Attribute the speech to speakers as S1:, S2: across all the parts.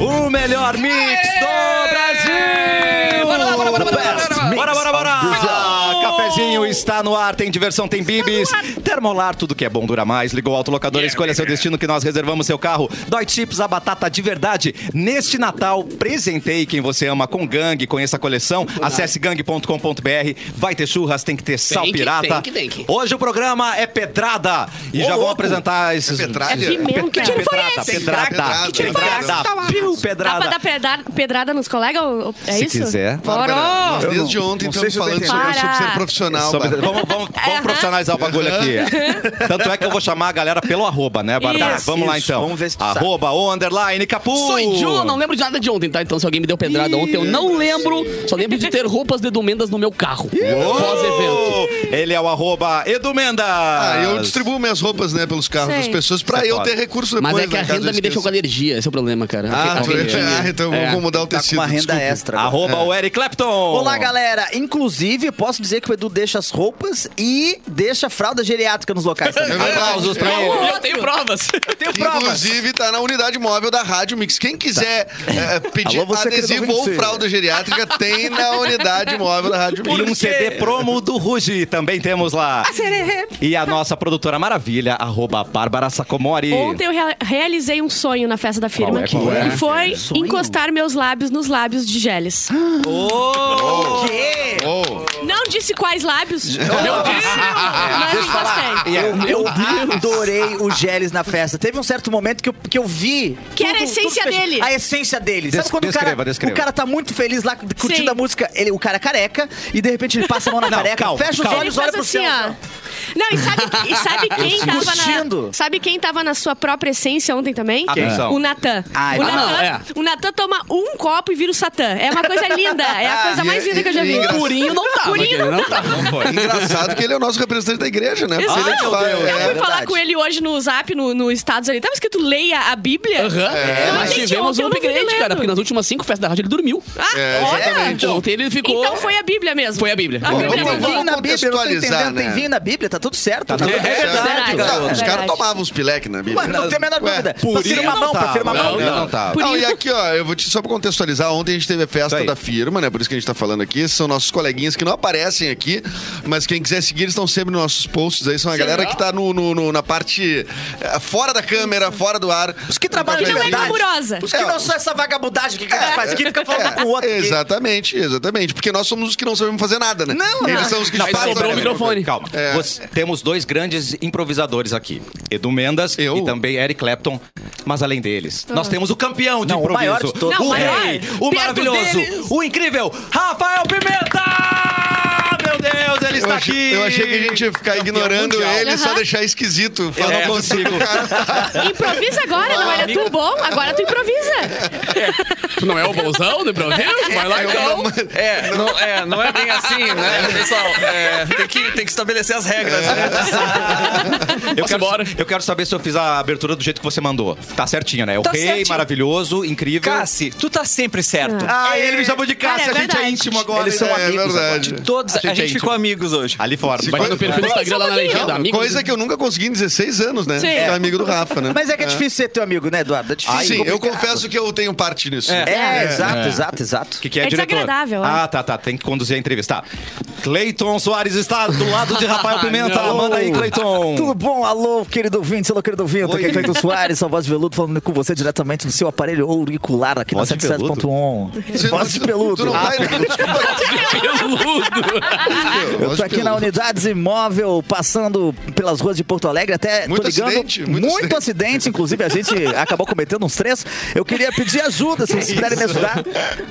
S1: O melhor mix do Brasil!
S2: Bora lá, bora, bora,
S1: The
S2: bora, bora,
S1: best
S2: bora,
S1: mix
S2: bora, bora, bora.
S1: do Brasil. Cafezinho está no ar, tem diversão, tem bibis. Termolar, tudo que é bom dura mais. Liga o autolocador, escolha seu destino que nós reservamos seu carro. Dói Chips, a batata de verdade. Neste Natal, presentei quem você ama com Gang, conheça a coleção. Acesse gang.com.br. Vai ter churras, tem que ter sal
S2: que,
S1: pirata.
S2: tem que, tem que.
S1: Hoje o programa é pedrada. E já vou
S3: louco.
S1: apresentar esses...
S3: É pedrada?
S1: esses-
S3: É
S4: pimenta.
S1: Pe-
S4: Que tiro foi
S1: Pedrada,
S3: esse?
S1: pedrada,
S3: Que tiro foi
S1: pedrada. Piu,
S4: Dá pra
S1: Tá pedrada.
S4: dar pedra- pedrada nos colegas? ou- ou- É
S1: Se
S4: isso?
S1: quiser.
S4: Bora!
S3: Bárbara, nós
S4: ó.
S3: desde ontem
S5: não sei
S3: estamos
S5: se eu tô
S3: falando sobre,
S4: entendendo.
S3: sobre ser
S4: Para.
S3: profissional.
S1: Sobre-
S3: Bárbara.
S1: vamos, vamos- vamos profissionalizar o bagulho aqui. Tanto é que eu vou chamar a galera pelo arroba, né, Bárbara?
S5: Isso,
S1: vamos lá
S5: isso.
S1: então.
S5: Vamos ver se tu sabe.
S1: arroba, o underline, capu.
S2: Sou idiota, não lembro de nada de ontem, tá? Então se alguém me deu pedrada ontem, eu não lembro. Só lembro de ter roupas de Domendas no meu carro. Pós-evento.
S1: Uou! Ele é o arroba Edu Mendes.
S3: Ah, eu distribuo minhas roupas, né, pelos carros
S4: Sei.
S3: das pessoas pra
S1: Você
S3: eu
S1: pode.
S3: ter recurso depois.
S2: Mas é que
S3: né,
S2: a
S3: caso eu
S2: renda me deixou com
S3: esqueça.
S2: alergia, esse é o problema, cara.
S3: Ah, tu-
S2: Fiquei com alergia.
S3: ah, então eu
S2: É.
S3: vou mudar o
S5: Tá com
S3: tecido.
S5: uma renda
S3: desculpa.
S5: extra. agora.
S1: Arroba o Eric Clapton.
S5: Olá, galera! Inclusive, posso dizer que o Edu deixa as roupas e deixa a fralda geriátrica nos locais
S3: É
S5: também.
S3: verdade.
S1: Aplausos pra
S3: É.
S1: ele.
S2: Eu tenho provas.
S5: Tenho provas.
S3: Inclusive, tá na unidade móvel da Rádio Mix. Quem quiser eh, pedir
S5: Alô, você, querido
S3: adesivo ou
S5: ouvinte.
S3: fralda geriátrica, tem na unidade móvel da Rádio
S1: E um
S3: Mix.
S1: CD promo do Ruge também temos lá. E a nossa produtora maravilha, arroba Bárbara Sacomori.
S4: Ontem eu rea- realizei um sonho na festa da
S1: Qual
S4: firma.
S1: é, qual é?
S4: Que foi
S5: Sonho?
S4: encostar meus lábios nos lábios de Geles.
S1: Oh!
S3: Oh.
S4: Não disse quais lábios. Eu disse. Mas encostei.
S1: Yeah.
S5: Eu, eu adorei o Geles na festa. Teve um certo momento que eu, que eu vi.
S4: Que era a essência
S5: fechado.
S4: dele.
S5: A essência dele.
S1: Des-
S5: Sabe quando o
S1: descreva,
S5: cara,
S1: descreva.
S5: o cara tá muito feliz lá curtindo
S4: Sim.
S5: a música, ele, o cara é careca, e de repente ele passa a mão na
S1: Não,
S5: careca,
S1: calma,
S5: fecha os
S1: calma.
S4: Ele
S5: olhos, olha
S4: faz
S5: pro então.
S4: assim,
S5: céu.
S4: ó. Não, e sabe, e sabe quem tava na.
S5: Curtindo.
S4: Sabe quem tava na sua própria essência ontem também?
S1: Quem? Atenção.
S4: O Natan.
S5: Ai,
S4: o
S5: ah,
S2: não,
S4: Natan
S2: é.
S4: o Natan toma um copo e vira o Satã. É uma coisa linda. É a coisa
S3: E
S4: mais
S3: é-
S4: linda que eu já
S3: e é
S4: vi.
S3: engraçado.
S2: Purinho não tá.
S4: Purinho não
S2: tá.
S3: Engraçado que ele é o nosso representante da igreja, né? Porque
S4: Exato.
S3: ele que fala,
S4: eu fui
S3: é,
S4: falar
S5: verdade.
S4: com ele hoje no zap, no, no status ali. Tava escrito leia a Bíblia.
S2: Aham.
S3: É.
S2: Nós
S4: Mas, gente,
S2: tivemos
S4: ontem
S2: um
S4: eu não fui
S2: upgrade,
S4: lendo.
S2: cara, porque nas últimas cinco festas da rádio ele dormiu.
S4: Ah,
S3: É,
S4: olha!
S3: exatamente.
S2: Ontem ele ficou.
S4: Então foi a Bíblia mesmo.
S2: Foi a Bíblia.
S4: A
S2: Bom,
S4: Bíblia
S3: vamos-
S5: Tem
S4: levou.
S5: vinho na
S3: Vamos
S5: Bíblia, eu não tô
S3: contextualizar,
S5: entendendo. Tem
S3: né?
S5: vinho na Bíblia, tá tudo certo. Tá
S1: tudo
S5: tudo
S1: certo.
S4: Verdade.
S3: Não,
S5: garoto.
S3: os
S4: Verdade.
S3: caras tomavam os pileques na Bíblia.
S5: Ué, não tem a menor
S3: Ué,
S5: dúvida.
S1: Purinho
S5: Pra firma a
S1: não
S5: mão, pra
S1: tava.
S5: firma a mão.
S1: Não, não tava.
S4: Por
S3: Não, tá. e
S4: isso-
S3: aqui, ó, eu vou te só pra contextualizar, ontem a gente teve a
S1: Isso
S3: festa
S1: aí.
S3: da firma, né? Por isso que a gente tá falando aqui. São nossos coleguinhas que não aparecem aqui, mas quem quiser seguir, eles estão sempre nos nossos posts aí. São a galera que tá no, no- no- na parte eh, fora da câmera, fora do ar. Então,
S5: Os que trabalham
S4: Que
S5: de
S4: não é
S5: verdade.
S4: glamurosa.
S5: Os que não são essa vagabundagem que a gente faz aqui, fica falando com o outro.
S3: É,
S5: aqui.
S3: Exatamente, exatamente. Porque nós somos os que não sabemos fazer nada, né?
S5: Não,
S3: Eles
S5: não.
S3: são os que
S2: Não, mas
S3: fazem. né?
S2: sobrou o microfone.
S1: Calma.
S3: É.
S1: Você- temos dois grandes improvisadores aqui. Edu Mendes
S3: Eu?
S1: e também Eric Clapton. Mas além deles, nós temos o campeão de
S5: Não, o
S1: improviso.
S5: maior de todos.
S4: Não,
S1: o
S4: o maior.
S1: rei, o
S2: Perto
S1: maravilhoso,
S2: deles.
S1: o incrível Rafael Pimenta! Meu Deus, ele
S3: Eu
S1: está
S3: achei,
S1: aqui!
S3: eu achei que a gente ia ficar
S1: Campeão
S3: ignorando
S1: mundial. É.
S3: ele e só
S4: Aham.
S3: deixar esquisito.
S1: Eu
S3: Falar
S1: não
S3: que o
S1: consigo.
S4: Improvisa agora, não era tu bom, agora tu improvisa.
S2: Tu não é o bonzão do improviso? Vai lá então.
S6: É, não é, não é bem assim, né, pessoal? É, tem, que, tem que estabelecer as regras, né?
S1: Eu
S2: Posso ir
S1: quero,
S2: embora?
S1: eu quero saber se eu fiz a abertura do jeito que você mandou. Tá certinho, né? O
S6: Tá
S1: rei,
S6: certinho.
S1: maravilhoso, incrível.
S6: Cassi, tu tá sempre certo.
S1: Ah, ele me chamou de Cássio,
S4: Cara, é
S1: a gente é
S4: verdade.
S1: íntimo agora.
S5: Eles são
S3: É, é
S5: amigos
S3: verdade.
S5: agora.
S6: Todos, a gente,
S1: íntimo.
S6: ficou amigos hoje.
S1: Ali fora.
S3: Se
S2: Vai no perfil é do Instagram lá na legenda.
S3: Não,
S2: Amigo
S3: coisa que eu nunca consegui em 16 anos, né?
S4: Sim.
S3: Ficar amigo do Rafa, né?
S5: Mas é que é difícil ser teu amigo, né, Eduardo? É difícil.
S3: Sim, eu
S5: complicado.
S3: confesso que eu tenho parte nisso.
S5: É, exato, exato, exato.
S1: O que, que é,
S4: É
S1: diretor?
S4: desagradável, é.
S1: Ah, tá, tá. Tem que conduzir a entrevista. Tá. Cleiton Soares está do lado de Rafael
S5: Tá
S1: Pimenta.
S2: Não.
S1: Manda aí, Cleiton.
S5: Tudo bom? Alô, querido ouvinte, alô, querido ouvinte. Aqui é Cleiton Soares, sua voz de veludo, falando com você diretamente do seu aparelho auricular aqui
S1: Voz
S5: na
S1: de veludo?
S5: 77.1. Voz de
S3: Tu-
S5: Ah,
S3: Tu
S5: peludo.
S3: não vai, né?
S2: Peludo.
S5: Eu tô aqui na Unidades Imóvel, passando pelas ruas de Porto Alegre, até
S3: Muito
S5: tô ligando.
S3: acidente, muito
S5: Muito acidente, inclusive a gente acabou cometendo uns três. Eu queria pedir ajuda, se vocês puderem me ajudar.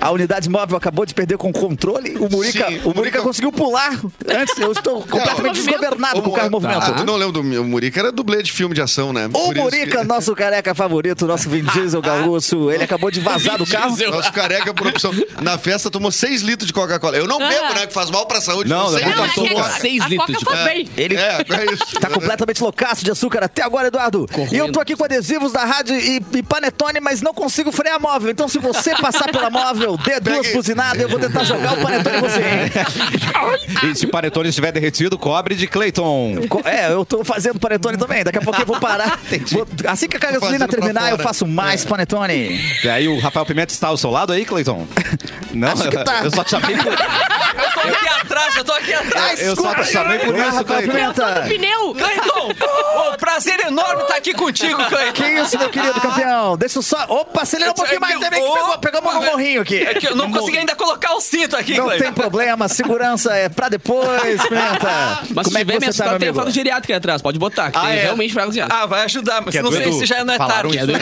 S5: A unidade móvel acabou de perder com o controle. O Murica,
S3: Sim,
S5: o
S3: o
S5: Murica
S3: Murica-
S5: conseguiu pular. Antes, eu estou completamente
S4: movimento.
S5: desgovernado com o carro em movimento.
S3: Tu Ah, não lembra do meu Murica? Era dublê de filme de ação, né?
S5: O
S3: Por isso
S5: Murica, nosso careca favorito, nosso Vin Diesel gaúcho, ele acabou de vazar do carro.
S3: que... Nosso careca por opção. Na festa tomou 6 litros de Coca-Cola. Eu não bebo, né? Que faz mal pra saúde.
S1: Não,
S3: sei
S1: é muito
S3: como
S4: Olha,
S2: tomou
S4: que a-
S2: seis
S4: a
S2: litros
S4: Coca
S2: de
S4: foi
S2: Coca.
S4: bem.
S5: Ele
S3: É, é isso.
S5: tá completamente loucaço de açúcar até agora, Eduardo.
S2: Corroendo.
S5: E eu tô aqui com adesivos da rádio e, e panetone, mas não consigo frear a móvel. Então, se você passar pela móvel, dê duas
S3: Pegue-
S5: buzinadas, eu vou tentar jogar o panetone em você.
S1: E se o panetone estiver derretido, cobre de Clayton.
S5: Co- É, eu tô fazendo panetone também. Daqui a pouco eu vou parar. Vou- assim que a gasolina
S3: fazendo pra
S5: terminar, eu
S3: fora.
S5: faço mais panetone.
S1: E aí o Rafael Pimenta está ao seu lado aí, Cleiton? Não,
S5: Acho que tá.
S1: eu só te chamei por,
S6: Eu tô aqui atrás, eu tô aqui atrás.
S1: eu só te chamei por isso,
S5: Rafael
S1: Cleiton.
S5: Pimenta.
S4: Pneu.
S6: Cleiton, um prazer enorme estar aqui contigo,
S5: Que
S6: Cleiton.
S5: isso, meu querido campeão? Deixa eu só. Opa, acelera um pouquinho mais também, que pegou, pegamos no morrinho aqui.
S6: É que eu não consegui ainda colocar o cinto aqui,
S5: Não tem
S6: Cleiton.
S5: problema, segurança é pra depois, Pimenta.
S2: Mas se
S5: Como é que
S2: tiver
S5: você
S2: menstruado, tem
S5: tá, meu
S2: a fralda
S5: amigo?
S2: geriátrica aí atrás. Pode botar, que
S6: Ah,
S2: tem
S6: é?
S2: realmente fralda geriátrica.
S6: Ah, vai ajudar, mas
S1: Que é
S6: não
S1: do
S6: sei
S1: Edu.
S6: se já não é
S1: Falaram
S6: tarde.
S1: isso.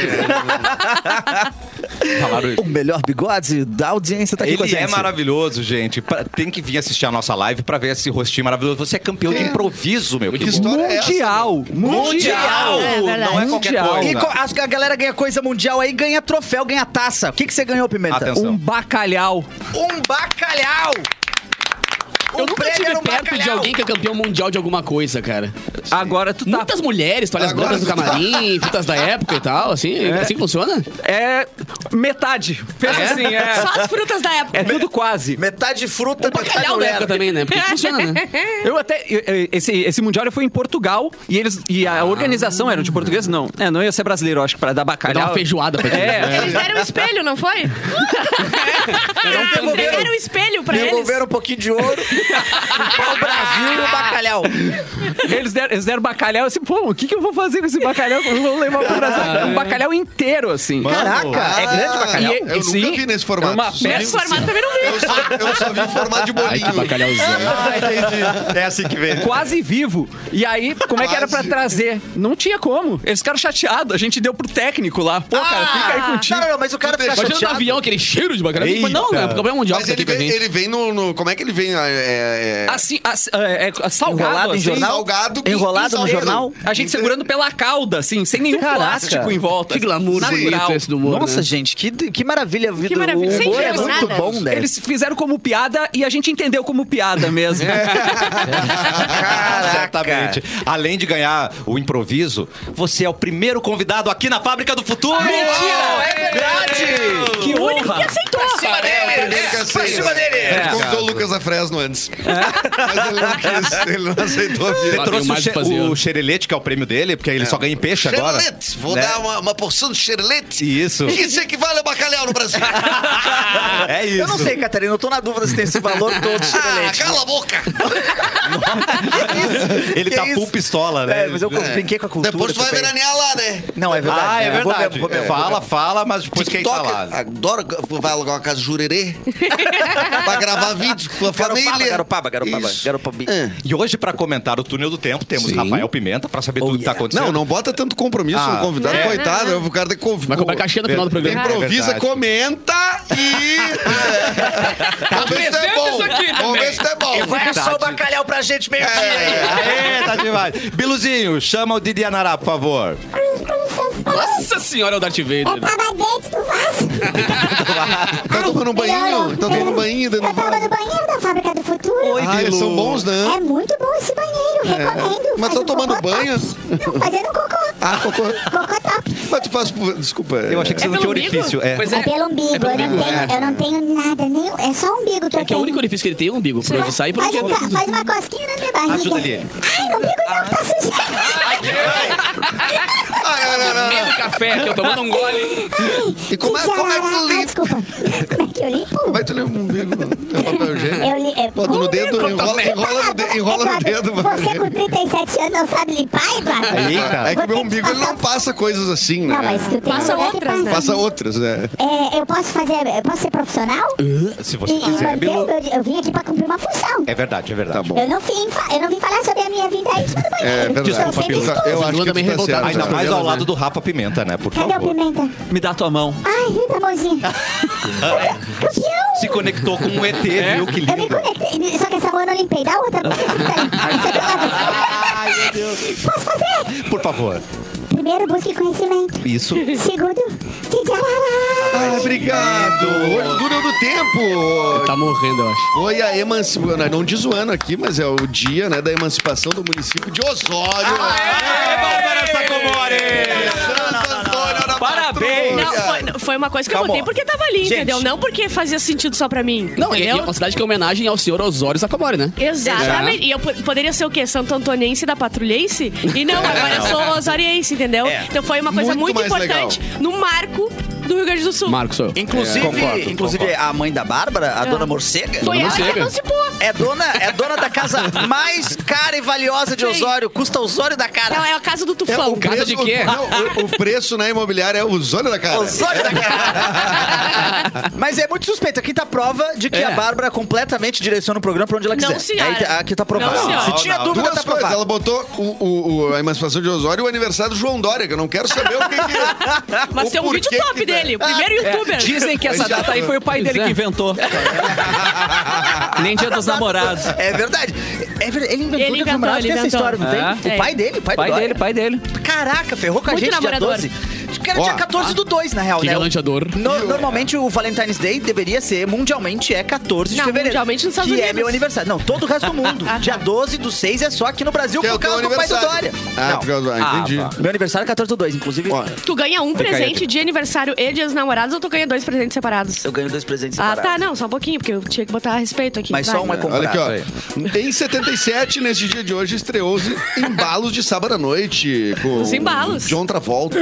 S1: Falaram isso.
S5: O melhor bigode da audiência tá aqui com a
S1: Ele
S5: gente.
S1: é maravilhoso, gente. Pra- tem que vir assistir a nossa live pra ver esse rostinho maravilhoso. Você é campeão de improviso, meu.
S3: Que história é
S5: Um
S3: essa?
S2: Mundial.
S1: Mundial!
S4: É verdade.
S1: não é qualquer
S2: Mundial.
S5: E
S1: coisa.
S5: co- acho que a galera ganha coisa mundial aí, ganha troféu, ganha taça. O que, que você ganhou, Pimenta?
S1: Atenção.
S2: Um bacalhau.
S5: Um bacalhau!
S2: Eu
S5: O
S2: nunca
S5: prêmio
S2: estive
S5: era um
S2: perto de
S5: bacalhau.
S2: alguém que é campeão mundial de alguma coisa, cara.
S6: Agora tu tá.
S2: Muitas mulheres, toalhas
S3: Agora
S2: brancas do
S3: tu tá-
S2: camarim, fitas da época e tal, assim. Assim que funciona?
S6: É metade. Pensa
S2: É?
S6: assim, é.
S4: Só as frutas da época.
S6: É tudo quase.
S5: Metade de fruta, metade
S2: Um Bacalhau da época também, né? Porque que funciona, né?
S6: Eu até. eu- eu- Esse, esse Mundial foi em Portugal e eles. E a organização era de português? Não. É, não ia ser brasileiro, eu acho, pra dar bacalhau.
S2: Dar uma feijoada pra né? ti.
S6: É.
S4: Eles deram um espelho, não foi?
S5: devolveram.
S4: Entregaram um espelho pra eles.
S5: Devolveram um pouquinho de ouro para o Brasil e o bacalhau.
S6: Eles deram, eles deram bacalhau, eu assim, pô, o que, que eu vou fazer com esse bacalhau? Eu vou levar pro Brasil. Um bacalhau inteiro, assim.
S5: Caraca!
S3: é grande
S6: bacalhau?
S3: Eu, nunca
S6: Sim.
S3: vi nesse formato.
S6: É uma
S3: Só vi-
S4: Esse formato também não vi.
S3: Eu só, eu só vi em formato de
S2: Ai,
S3: bolinho.
S2: que bacalhauzinho.
S1: Ah, entendi. É assim que vem.
S6: Quase vivo. E aí, como é que era pra
S3: Quase.
S6: trazer? Não tinha como. Eles ficaram chateados. A gente deu pro técnico lá. Pô, cara, fica
S3: Ah!
S6: aí
S5: Não,
S6: contigo.
S5: Ah, não, não, mas o cara fica
S2: Imagina no
S5: chateado.
S2: avião aquele cheiro de bacalhau. Mas Não,
S1: Eita.
S2: né? Porque é o mundial
S3: Mas
S2: que
S3: ele
S2: aqui pra
S3: vem,
S2: gente.
S3: ele vem no, no- Como é que ele vem? É, é- é-
S6: Assim, as- é, é, salgado,
S5: Enrolado em
S6: assim.
S5: jornal?
S3: Salgado.
S5: Enrolado no
S3: Salgado.
S5: jornal?
S6: A gente segurando pela cauda, assim, sem nenhum
S5: Caraca.
S6: plástico em volta.
S2: Que glamour
S3: Sim.
S2: bonito esse do humor,
S5: Nossa,
S2: né?
S5: gente, que, que maravilha a vida.
S4: Que maravilha.
S5: O
S4: Sem
S5: humor é
S4: gelo,
S5: muito
S4: nada.
S5: bom, né?
S6: Eles fizeram como piada e a gente entendeu como piada mesmo.
S3: É.
S5: Caraca.
S1: Certamente. Além de ganhar o improviso, você é o primeiro convidado aqui na Fábrica do
S5: Ah,
S1: Futuro.
S6: É verdade! Que
S4: O único que
S6: honra!
S4: aceitou.
S3: Pra cima dele! É, convidou o Lucas da Fresno
S1: É.
S3: antes. Mas ele não quis, ele não aceitou a
S1: Você
S3: vida.
S2: Lá tem
S1: trouxe o,
S2: mais
S1: che
S2: que fazer,
S1: o
S2: né?
S1: xerelete, que é o prêmio dele, porque ele só ganha em peixe agora.
S3: Xerelete. Vou
S1: Né?
S3: dar uma, uma porção de xerelete.
S1: Isso.
S3: Que se equivale ao bacalhau no Brasil. Ah,
S1: É isso.
S5: Ah, Eu não sei, Catarina, eu tô na dúvida se tem esse valor todo tipo, né? de
S3: ah,
S5: xerelete.
S3: cala a boca.
S1: Ele
S5: Que
S1: tá
S5: isso?
S1: full pistola, né?
S5: É, mas eu brinquei com a cultura.
S3: Depois tu vai
S5: também.
S3: veranear lá, né?
S5: Não, é verdade.
S1: ah, é,
S5: vou
S1: verdade.
S5: mesmo, vou mesmo.
S1: fala, fala, mas depois quem tá falar.
S3: Adoro. Vai alugar uma casa de jurerê pra gravar vídeo com a É. família.
S5: Garopaba, garopaba,
S3: Isso.
S5: garopaba.
S3: É.
S1: E hoje, pra comentar o Túnel do Tempo, temos
S2: Sim.
S1: Rafael Pimenta pra
S5: Oh,
S1: saber tudo que tá acontecendo.
S3: Não, não bota tanto compromisso
S1: Ah,
S3: no convidado,
S1: é.
S3: coitado. O cara tem que conv...
S2: Vai comprar caixinha no final do programa.
S3: Improvisa,
S1: É verdade.
S3: comenta e. Vamos ver se tu é
S6: Apresenta
S3: bom.
S6: isso aqui né?
S3: Vamos ver se tu é bom. É.
S5: Vai achar o bacalhau pra gente meio dia.
S1: Aê, tá demais. Biluzinho, chama o Didi Anará, por favor.
S2: Nossa senhora, é o Darth Vader. né?
S7: Tava dentro do vaso.
S3: Tá tomando um banho? Tá tomando um banho dentro
S7: Eu
S3: do
S7: tava
S3: banho?
S7: no banheiro da fábrica do futuro.
S3: Ah, eles são bons, né?
S7: É muito bom esse banheiro, recomendo.
S3: Mas
S7: Faz
S3: tá
S7: um
S3: tomando
S7: cocô
S3: banho?
S7: top. Não, fazendo cocô.
S3: Ah, cocô.
S7: Cocô top.
S3: Mas tu faz. por- Desculpa.
S1: Eu achei que você
S4: É
S1: não tinha
S4: pelo umbigo?
S1: orifício. É.
S2: Pois
S7: É,
S2: é.
S7: pelo umbigo, eu, não
S3: é.
S7: tenho, eu não tenho nada, nenhum, é só o umbigo que
S2: É
S7: eu
S2: que é o
S7: tenho.
S2: único orifício que ele tem é o umbigo. Pra onde sai e pra
S7: Faz,
S2: onde
S7: um,
S2: entra.
S5: tá.
S7: ca- faz uma cosquinha na minha barriga.
S1: Ajuda ali.
S7: Ai, meu umbigo não tá sujeito.
S3: Ah, não, não, não.
S2: Meio do café, que eu tomando um gole.
S3: E como é, como é que
S7: que
S3: tu
S7: jararaca. Ah,
S3: limpa?
S7: desculpa. Como é que eu limpo?
S3: Vai tu ler um umbigo. É papel higiênico.
S7: Eu li, é,
S3: Bota no
S7: umbigo.
S3: dedo, enrola, enrola, no, de, enrola no dedo, mano.
S7: Você com 37 anos não sabe limpar, Eduardo?
S1: Eita.
S3: É que o meu umbigo ele não passa coisas assim, né?
S7: Não, mas tu tem
S4: Passa
S7: um lugar que
S4: outras, né?
S3: Passa outras, né?
S7: É, eu posso fazer, eu posso ser profissional?
S1: Se
S7: E-
S1: você
S7: e
S1: quiser,
S7: manter o
S1: Bilu.
S7: meu di- eu vim aqui pra cumprir uma função.
S1: É verdade, é verdade.
S3: Tá bom.
S7: Eu não, vim, fa- eu não vim falar sobre a minha vida íntima do banheiro.
S3: É verdade.
S7: Eu sempre
S1: Desculpa,
S7: estou.
S3: Eu acho
S2: Lula
S3: que
S2: também
S3: tu tá
S2: revoltada.
S3: certo.
S1: Ainda
S2: Tá
S1: mais
S2: vendo,
S1: ao
S2: né?
S1: lado do Rafa Pimenta, né? Por
S4: Tá
S7: Cadê o
S1: favor.
S7: Pimenta?
S6: Me dá tua mão.
S7: Ai, linda, mãozinha. Campeão!
S1: Se conectou com um ET,
S4: É.
S1: viu? Que
S7: Eu me
S1: lindo.
S7: conectei, só que essa mão eu não limpei da outra. porque eu limpei. Isso é pecado.
S1: Ai, meu Deus.
S7: Posso fazer?
S1: Por favor.
S7: Primeiro, busque conhecimento.
S1: Isso.
S7: Segundo,
S3: Ah, obrigado. Hoje túnel do tempo.
S2: Tá morrendo, eu acho.
S3: Foi a emancipação, não diz o ano aqui, mas é o dia né, da emancipação do município de Osório.
S5: Ah,
S1: É,
S3: É,
S1: Bárbara
S5: é?
S1: Sacomori!
S3: Santo Antônio da
S6: Parabéns.
S4: Não,
S3: Patrulha.
S4: foi, não, foi uma coisa que
S1: Calma.
S4: eu botei porque tava ali,
S1: Gente.
S4: entendeu? Não porque fazia sentido só pra mim.
S2: Não, e, e é
S4: entendeu?
S2: uma cidade que é homenagem ao senhor Osório Sacomori, né?
S4: Exatamente. E eu po- poderia ser o quê? Santo Antoniense da Patrulhense? E não, agora eu sou osoriense, entendeu?
S1: É.
S4: Então foi uma coisa
S3: Muito
S4: muito,
S3: mais
S4: importante no marco do Rio Grande do Sul.
S2: Marcos, sou eu.
S5: Inclusive,
S1: concordo,
S5: inclusive a mãe da Bárbara, a dona Morcega,
S4: Ah. Foi ela que
S2: Morcega.
S4: emancipou.
S5: é dona, é dona da casa mais cara e valiosa de
S4: Sim.
S5: Osório. Custa Osório da
S4: Não,
S5: cara.
S4: é a casa do Tufão.
S3: o
S2: Casa de quê?
S3: não, o, o preço na imobiliária é os olhos da cara.
S5: Osório da cara. Mas é muito suspeito. Aqui tá prova de que
S2: É.
S5: a Bárbara completamente direciona o programa pra onde ela
S4: Não,
S5: quiser.
S4: senhora.
S5: Aí tá- aqui tá provado.
S4: Não, senhora.
S5: Se tinha dúvida,
S3: Duas
S5: tá
S3: coisas.
S5: provado.
S3: Ela botou o- o- o- a emancipação de Osório e o aniversário do João Dória, que eu não quero saber o que, que é.
S4: Mas
S3: o
S4: tem um vídeo
S3: porquê
S4: top
S3: que-
S4: dele, o primeiro
S6: É,
S4: youtuber.
S6: dizem que essa
S3: Já
S6: data aí
S3: tô.
S6: foi o pai dele
S2: Pois é.
S6: que inventou. Nem dia dos namorados.
S5: É verdade. É verdade. Ele inventou
S4: Ele
S5: o Dia dos
S4: inventou,
S5: Namorados,
S4: ele
S5: tem essa
S4: inventou.
S5: história, não tem?
S6: É.
S5: O
S4: É.
S5: pai dele, o pai,
S6: Pai
S5: do
S6: dele, pai dele.
S5: Caraca, ferrou com a
S4: Muito
S5: gente
S4: namorador.
S5: dia 12. Acho que era
S3: Ó,
S5: dia 14 do 2, na real,
S2: Que é
S5: né?
S2: galanteador.
S5: No- normalmente o Valentine's Day deveria ser, mundialmente, é 14 de
S4: Não,
S5: fevereiro.
S4: mundialmente nos Estados
S5: que é
S4: Unidos. Ah, tá.
S5: meu aniversário. Não, todo o resto do mundo. dia 12 do 6 é só aqui no Brasil
S3: Que é o
S5: por
S3: teu
S5: causa do pai do
S3: aniversário.
S5: Dória.
S3: Ah,
S5: Não,
S3: por causa do... ah entendi.
S6: Ah,
S5: Meu aniversário é 14 do 2, inclusive.
S3: Ó,
S4: Tu ganha um presente de aniversário e de namorados ou tu ganha dois presentes separados?
S5: Eu ganho dois presentes
S4: Ah,
S5: separados.
S4: tá, não, só um pouquinho, porque eu tinha que botar a respeito aqui.
S5: Mas
S4: vai.
S5: só um é
S3: Olha
S5: comprado.
S3: aqui, ó. Em 77, neste dia de hoje, estreou os embalos de sábado à noite com
S4: Os embalos.
S3: John Travolta.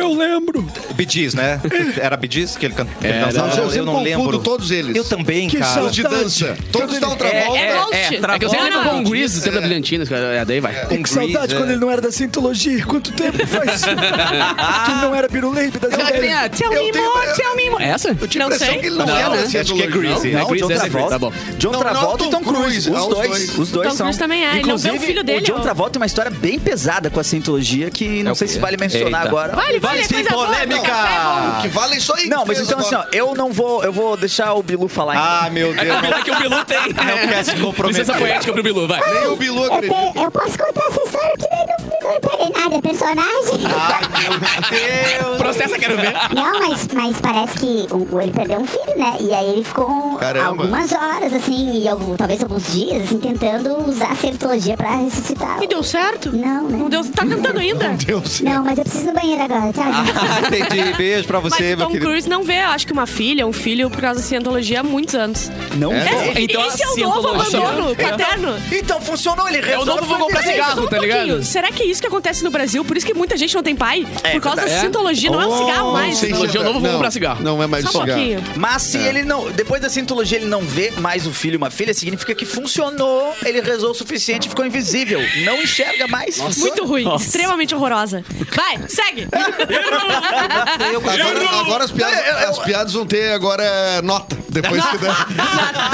S1: Bidis, né? Era Bidis que ele canta. ele
S3: Não,
S1: dançava?
S3: eu, sempre
S1: eu não
S3: tá confundo
S1: lembro.
S3: todos eles.
S1: Eu também,
S3: que
S1: cara.
S3: são de dança. Todos dão Travolta.
S4: É, Ghost.
S6: é,
S2: É que eu sempre lembro
S4: Travolta.
S2: com o Grease, sempre da Brilhantinas, cara. É, daí vai.
S1: Com é. saudade quando ele não era da Scientologia. Quanto tempo faz? que não era pirulento das
S2: Aquela que tem a Tell
S3: Eu
S2: me
S3: tenho-
S2: more, tell me more. É Essa?
S3: Eu tinha a
S4: Não
S3: impressão
S4: sei.
S3: que ele não,
S2: Não,
S3: era
S2: né?
S3: assim,
S1: Acho que é
S3: Grease.
S1: Greasy.
S5: Não,
S2: Não,
S5: John
S2: Chris, esse é
S5: Travolta.
S2: Chris, tá bom.
S5: John
S3: Não,
S5: Travolta
S3: não,
S5: e Tom
S3: Tom Cruise,
S5: Cruise.
S3: ah,
S5: Os
S3: os
S5: dois.
S3: dois.
S5: Os dois
S4: Tom
S5: são.
S4: Cruise também é, ele não vê o
S5: Inclusive,
S4: filho dele,
S5: O John
S4: ó.
S5: Travolta tem uma história bem pesada com a Scientologia que não sei se vale mencionar
S6: Eita.
S5: agora.
S4: Vale, vale,
S1: Vale
S4: é
S1: sim,
S4: coisa boa.
S1: polêmica!
S3: Que vale é isso aí.
S5: Não,
S3: que
S5: mas
S3: fez
S5: então assim,
S3: agora.
S5: ó, eu não vou, eu vou deixar o Bilu falar.
S1: Ah, meu Deus.
S2: que o Bilu tem.
S1: Não quer se comprometer.
S2: Licença poética pro Bilu, vai.
S3: Nem o Bilu
S7: Eu,
S3: acredita.
S7: tenho- eu posso contar essa história que daí não, não pega em nada, é personagem.
S2: Processa, quero ver.
S7: Não, mas, mas parece que o, o- ele perdeu um filho, né? E aí ele ficou
S3: Caramba.
S7: algumas horas, assim, e algum- talvez alguns dias, assim, tentando usar a cientologia pra ressuscitar.
S4: E deu certo?
S7: Não, né?
S4: Não deu, tá cantando ainda?
S3: Deus.
S7: Não, mas eu preciso ir no banheiro agora, tchau. gente.
S1: Ah, Entendi. Beijo pra
S4: Mas
S1: você,
S4: o
S1: meu
S4: Tom
S1: querido.
S4: Cruise não vê, acho que uma filha, um filho, por causa da cientologia há muitos anos.
S5: não vou.
S4: É,
S2: Então,
S4: esse é
S2: a
S4: o novo
S2: cientologia-
S4: abandono paterno.
S5: Então funcionou, ele resolve.
S2: novo vou
S5: fazer
S2: comprar
S5: isso.
S2: cigarro.
S4: Só um
S2: tá ligado?
S4: pouquinho. Será que é isso que acontece no Brasil? Por isso que muita gente não tem pai?
S5: É,
S4: por causa
S5: verdade.
S4: da cientologia, não é um cigarro mais.
S3: Oh, Sim,
S2: Hoje eu não vou
S3: não,
S2: comprar cigarro.
S3: Não é mais
S4: Só um
S3: cigarro.
S4: pouquinho.
S5: Mas se
S3: É.
S5: ele não. Depois da cientologia ele não vê mais o filho e uma filha, significa que funcionou, ele rezou o suficiente e ficou invisível. Não enxerga mais.
S4: Muito ruim, extremamente horrorosa. Vai, segue.
S3: Agora, agora as, piadas,
S5: Eu- eu-
S3: as piadas vão ter agora nota. Depois que der.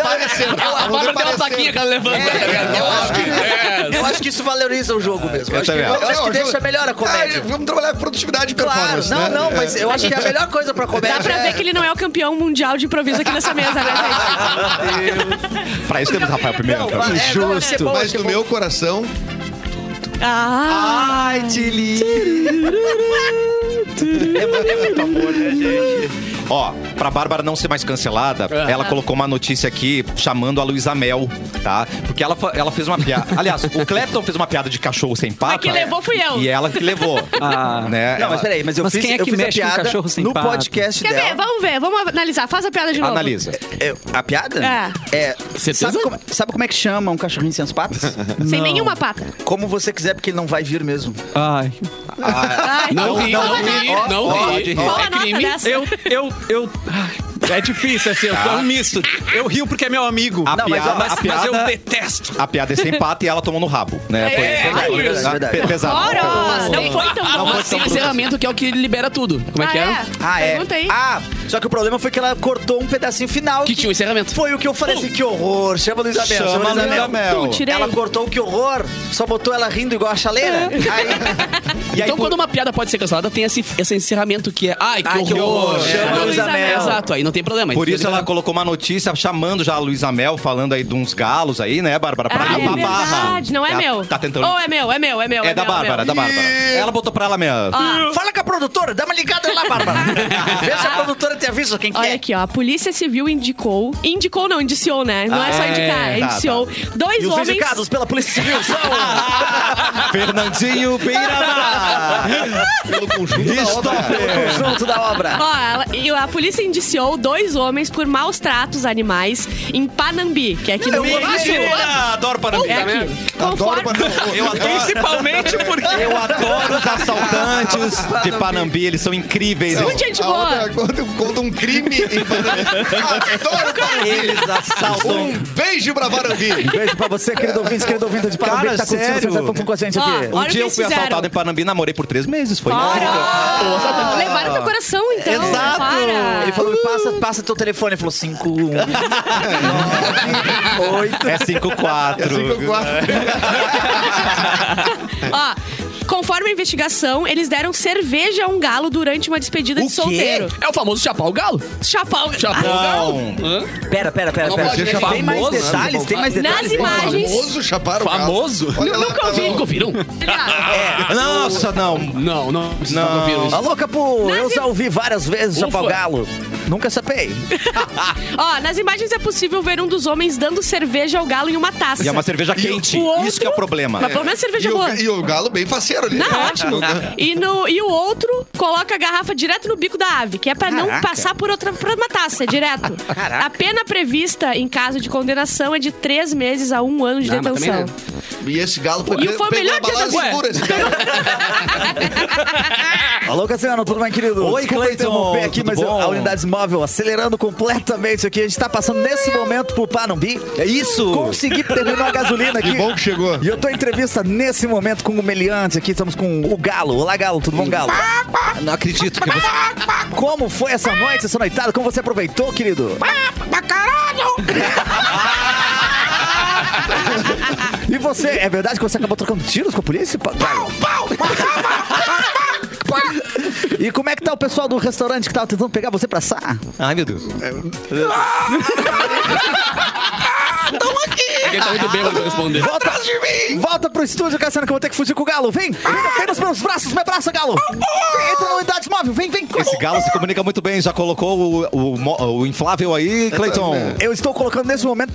S3: Parecendo.
S2: A
S3: Vão
S2: Bárbara
S3: ter
S2: tem uma
S3: parecendo.
S2: plaquinha que ela levanta. tá ligado?
S5: Eu acho, que, eu acho que isso valoriza o jogo mesmo. É, Eu acho que,
S1: também acho.
S5: eu acho que
S3: Não,
S5: deixa
S3: ajuda.
S5: melhor a
S3: Ah,
S5: comédia.
S3: vamos trabalhar produtividade e
S5: Claro,
S3: performance.
S5: não,
S3: né?
S5: não, mas eu acho que é a melhor coisa pra comédia.
S4: Dá pra ver que ele não é o campeão mundial de improviso aqui nessa mesa, né, gente?
S1: Pra isso temos Rafael Primeiro.
S5: Não, mas- é, não, achei bom,
S3: Mas
S5: achei
S3: no
S5: bom.
S3: meu coração,
S4: Ah,
S1: Ai, Tilly. Ó, pra Bárbara não ser mais cancelada,
S4: É.
S1: ela colocou uma notícia aqui chamando a Luísa Mel, tá? Porque ela, fa- ela fez uma piada. Aliás, o Clapton fez uma piada de cachorro sem pata.
S4: quem levou fui eu.
S1: E ela que levou.
S6: Ah.
S1: Né?
S5: Não,
S1: Ela-
S5: mas peraí, mas eu
S6: Mas
S5: fiz,
S6: quem é
S5: eu
S6: que
S5: fiz a
S6: mexe com
S5: piada
S6: cachorro sem
S5: no
S6: pato?
S5: podcast
S4: quer
S2: Ah,
S5: dela.
S4: ver? Vamos ver, vamos analisar. Faz a piada de novo.
S1: Analisa.
S5: É, a piada?
S4: É.
S5: É.
S2: Certeza?
S5: sabe, como, sabe como é que chama um cachorrinho sem as patas?
S4: Sem nenhuma pata.
S5: como você quiser, porque ele não vai vir mesmo.
S6: Ai.
S4: Ai,
S2: Não ri, não ri, não ri.
S4: Qual a
S2: É
S4: nota
S2: crime.
S4: dessa?
S6: Eu, eu, eu. ai, É difícil, assim, eu tô um misto. Eu rio porque é meu amigo.
S1: A
S5: Não, mas,
S1: piada,
S5: ó,
S6: mas,
S1: a
S6: mas eu
S1: piada,
S6: detesto.
S1: a piada é sem pata e ela tomou no rabo, né? Foi-
S2: É,
S1: foi-
S5: verdade,
S1: foi-
S5: verdade,
S1: pe- pesado.
S4: Ora, não foi tão
S2: Ah,
S4: bom
S2: mas tem
S4: assim.
S2: encerramento que é o que libera tudo. Como é que é?
S5: Ah, é.
S4: Pergunta aí.
S5: Ah, Só que o problema foi que ela cortou um pedacinho final.
S2: Que tinha o encerramento.
S5: Foi o que eu falei assim, que horror. Chama a Luísa Mel.
S1: Chama a Luísa Mel.
S4: Tu, tirei.
S5: Ela cortou o que horror, só botou ela rindo igual a chaleira. Aí, e aí,
S2: então,
S5: por-
S2: quando uma piada pode ser cancelada, tem esse, esse encerramento que é. Ai, que
S5: Ai, que
S2: horror!
S5: horror.
S4: Chama a Luísa Mel.
S2: Exato, aí não tem problema.
S1: Por isso ela
S2: Entendeu?
S1: colocou uma notícia chamando já a Luísa Mel, falando aí de uns galos aí, né, Bárbara? Pra
S4: Ah,
S1: ir
S4: é
S1: pra barra.
S4: verdade, não é
S1: Tá-
S4: meu.
S1: Tá tentando.
S4: Ou é meu, é meu, é meu.
S1: é, da
S4: meu,
S1: Bárbara, da
S4: meu.
S1: Bárbara. Ela botou pra ela mesmo.
S5: Fala com a produtora, dá uma ligada lá, Bárbara. Vê se a produtora te avisa quem que
S4: Olha
S5: é.
S4: aqui, ó. A Polícia Civil indicou. Indicou, não, indiciou, né? Não é só
S1: Ah, é,
S4: indicar,
S1: tá,
S4: indiciou. Dois
S5: E os
S4: homens.
S5: indicados pela Polícia Civil são...
S1: Fernandinho Beirama.
S3: Pelo conjunto da obra.
S1: Christopher.
S5: Junto da obra.
S4: Ó, ela- e a polícia indiciou dois homens por maus tratos a animais em Panambi, que é aqui no Rio Grande do Sul.
S1: Mentira! Adoro Panambi.
S4: É aqui.
S3: Adoro
S4: Conforme,
S3: Panambi.
S1: Eu adoro.
S2: Principalmente porque.
S1: Eu adoro os assaltantes de Panambi, eles são incríveis.
S4: Muito gente
S3: A
S4: boa.
S3: obra conta, conta um crime em Panambi. Adoro Panambi.
S1: Eles assaltam.
S3: Um beijo pra É Varambi.
S5: Um Beijo pra você, querido ouvinte, querido ouvinte de Paraná,
S1: Cara,
S5: que tá curtindo
S1: sério?
S5: o Café Pompom com a gente
S4: Ó,
S5: aqui.
S1: Um
S4: Olha o que
S1: dia eu
S4: eles
S1: fui
S4: fizeram.
S1: assaltado em Panambi, namorei por três meses. Foi incrível.
S4: Para! Ah! Levaram teu coração, então.
S1: Exato.
S4: Para.
S5: Ele falou, me passa, passa teu telefone. Ele falou, um." 5, 1, 9, 8.
S1: É 5-4.
S3: Assim que eu guardo.
S4: Ó, conforme a investigação, eles deram cerveja a um galo durante uma despedida de solteiro.
S2: É o famoso chapar o galo.
S4: Chapar o
S2: Chapar o galo. Hã?
S5: Pera, pera, pera.
S2: Não
S5: pera.
S2: pode
S5: Tem
S2: deixar
S5: mais
S2: famoso, né?
S5: detalhes? Tem mais
S4: Nas
S5: detalhes?
S4: imagens.
S3: Famoso chapar o galo.
S2: Famoso?
S3: Olha lá,
S2: Nunca ouvi.
S3: tá
S2: Nunca
S3: bom.
S2: ouviram?
S1: Nossa, não.
S2: Não, não. Vocês
S1: Não.
S2: nunca ouviram isso.
S5: Alô, Capu, eu
S4: Nas
S5: já ouvi várias vezes o
S2: Ufa.
S5: Chapau Galo. Nunca sapei.
S4: Ó, nas imagens é possível ver um dos homens dando cerveja ao galo em uma taça.
S1: E é uma cerveja quente.
S4: o outro-
S1: Isso que é o problema.
S4: Mas pelo menos cerveja
S3: E
S4: boa.
S3: o, e o galo bem faceiro ali. né?
S4: Não, ótimo. E, no, e o outro coloca a garrafa direto no bico da ave, que é pra não passar por outra pra uma taça, é direto. A pena prevista em caso de condenação é de três meses a um ano de
S2: Ah, mas
S4: detenção.
S2: também,
S3: E esse galo foi,
S4: E foi o
S3: pegou
S4: melhor
S3: a
S4: dia da
S3: balada
S4: vida.
S3: segura. Esse galo.
S5: Alô, Cassiano, tudo bem, querido?
S1: Oi,
S5: Desculpa
S1: Cleiton,
S5: interromper aqui,
S1: tudo
S5: mas eu-
S1: bom?
S5: a unidade móvel acelerando completamente aqui. A gente tá passando nesse momento pro Panambi. É isso! Consegui terminar a gasolina aqui.
S3: Que bom que chegou.
S5: E eu tô em entrevista nesse momento com o Meliante aqui, estamos com o Galo. Olá, Galo, tudo bom, Galo?
S1: Não acredito que você.
S5: Como foi essa noite, essa noitada? Como você aproveitou, querido? Pra caralho! E você, é verdade que você acabou trocando tiros com a polícia? Pau, pau, E como é que tá o pessoal do restaurante que tava tentando pegar você pra assar?
S1: Ai, meu Deus.
S2: Ele tá muito bem pra responder.
S5: Volta, volta pro estúdio, Cassiano, que eu vou ter que fugir com o galo. Vem! Vem, vem nos meus braços, me abraça, galo! Vem, entra na unidade móvel, vem, vem!
S1: Esse galo se comunica muito bem. Já colocou o, o, mo- o inflável aí, Cleiton?
S5: Eu estou colocando nesse momento.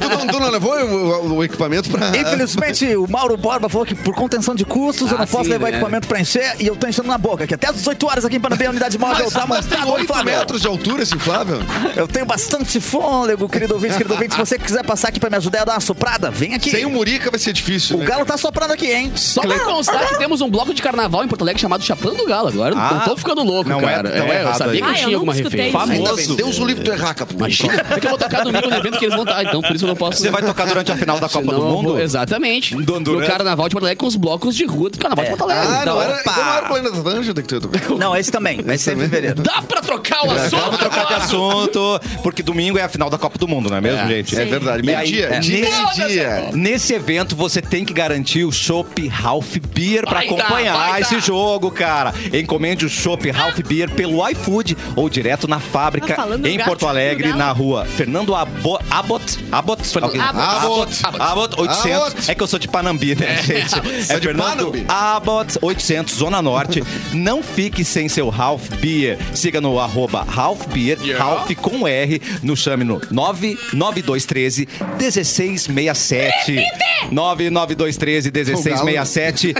S3: Tu não, tu não levou o, o- o equipamento pra...
S2: Ah,
S5: Infelizmente, o Mauro Borba falou que por contenção de custos eu
S2: Ah,
S5: não posso
S2: sim,
S5: levar
S2: né?
S5: equipamento pra encher e eu tô enchendo na boca, que até às 18 horas aqui em Panambi a unidade móvel
S3: Mas,
S5: tá
S3: mas tem
S5: montada no
S3: 8
S5: inflável.
S3: metros de altura esse inflável?
S5: Eu tenho bastante fôlego, querido ouvinte, querido ouvinte. Se você quiser passar aqui pra me ajudar a dar uma soprada, vem aqui.
S3: Sem o Murica vai ser difícil.
S5: O
S3: né?
S5: galo tá soprando aqui, hein?
S2: um Só pra constar que temos um bloco de carnaval em Porto Alegre chamado Chapando do Galo. Agora
S1: Ah,
S2: não tô ficando louco,
S1: não é-
S2: cara.
S1: não é
S2: eu
S1: errado aí.
S2: sabia que
S4: Ah,
S2: eu
S4: eu
S2: tinha
S4: nunca
S2: alguma
S4: escutei
S2: referência.
S4: isso.
S3: Ainda bem,
S2: Famoso.
S3: Deus o livre tu errar, Capu.
S2: Imagina. É que eu vou tocar domingo no evento que eles vão estar, então por isso eu não posso.
S1: Você vai tocar durante a final da Copa
S2: Senão
S1: do
S2: eu
S1: Mundo? É
S2: vou- exatamente.
S1: Do Honduras.
S2: no Carnaval de Porto Alegre com os blocos de rua do Carnaval de
S4: É.
S2: Porto Alegre.
S3: Ah, não
S5: Então,
S3: era,
S5: opa.
S3: então não era o Planeta da Ângela que tu ia tocar.
S5: Não, esse também. Esse é em fevereiro.
S2: Dá pra trocar o
S1: Vamos
S2: assunto?
S1: trocar de assunto, porque domingo é a final da Copa do Mundo, não é mesmo,
S2: É.
S1: gente?
S3: É verdade.
S1: E aí,
S3: Meio-dia.
S1: é.
S3: De meio-dia.
S1: Nesse evento, você tem que garantir o Chopp Ralph Beer pra
S2: Vai dar,
S1: acompanhar
S2: vai
S1: esse
S2: dar.
S1: jogo, cara. Encomende o Chopp Ralph Beer pelo iFood ou direto na fábrica
S4: Tá falando
S1: em
S4: gato,
S1: Porto Alegre,
S4: Gabriel?
S1: na rua Fernando Abo Abbott. Abbott? Alguém-
S3: Abbott.
S1: Abbott. Abbott, 800.
S3: Abbott.
S1: É que eu sou de Panambi, né, gente? É,
S3: É de
S1: Fernando
S3: Panambi.
S1: Abbott 800, Zona Norte. Não fique sem seu Ralph Beer. Siga no arroba Ralph Beer, Ralph com R, no chame no 99213 1667. 99213 1667.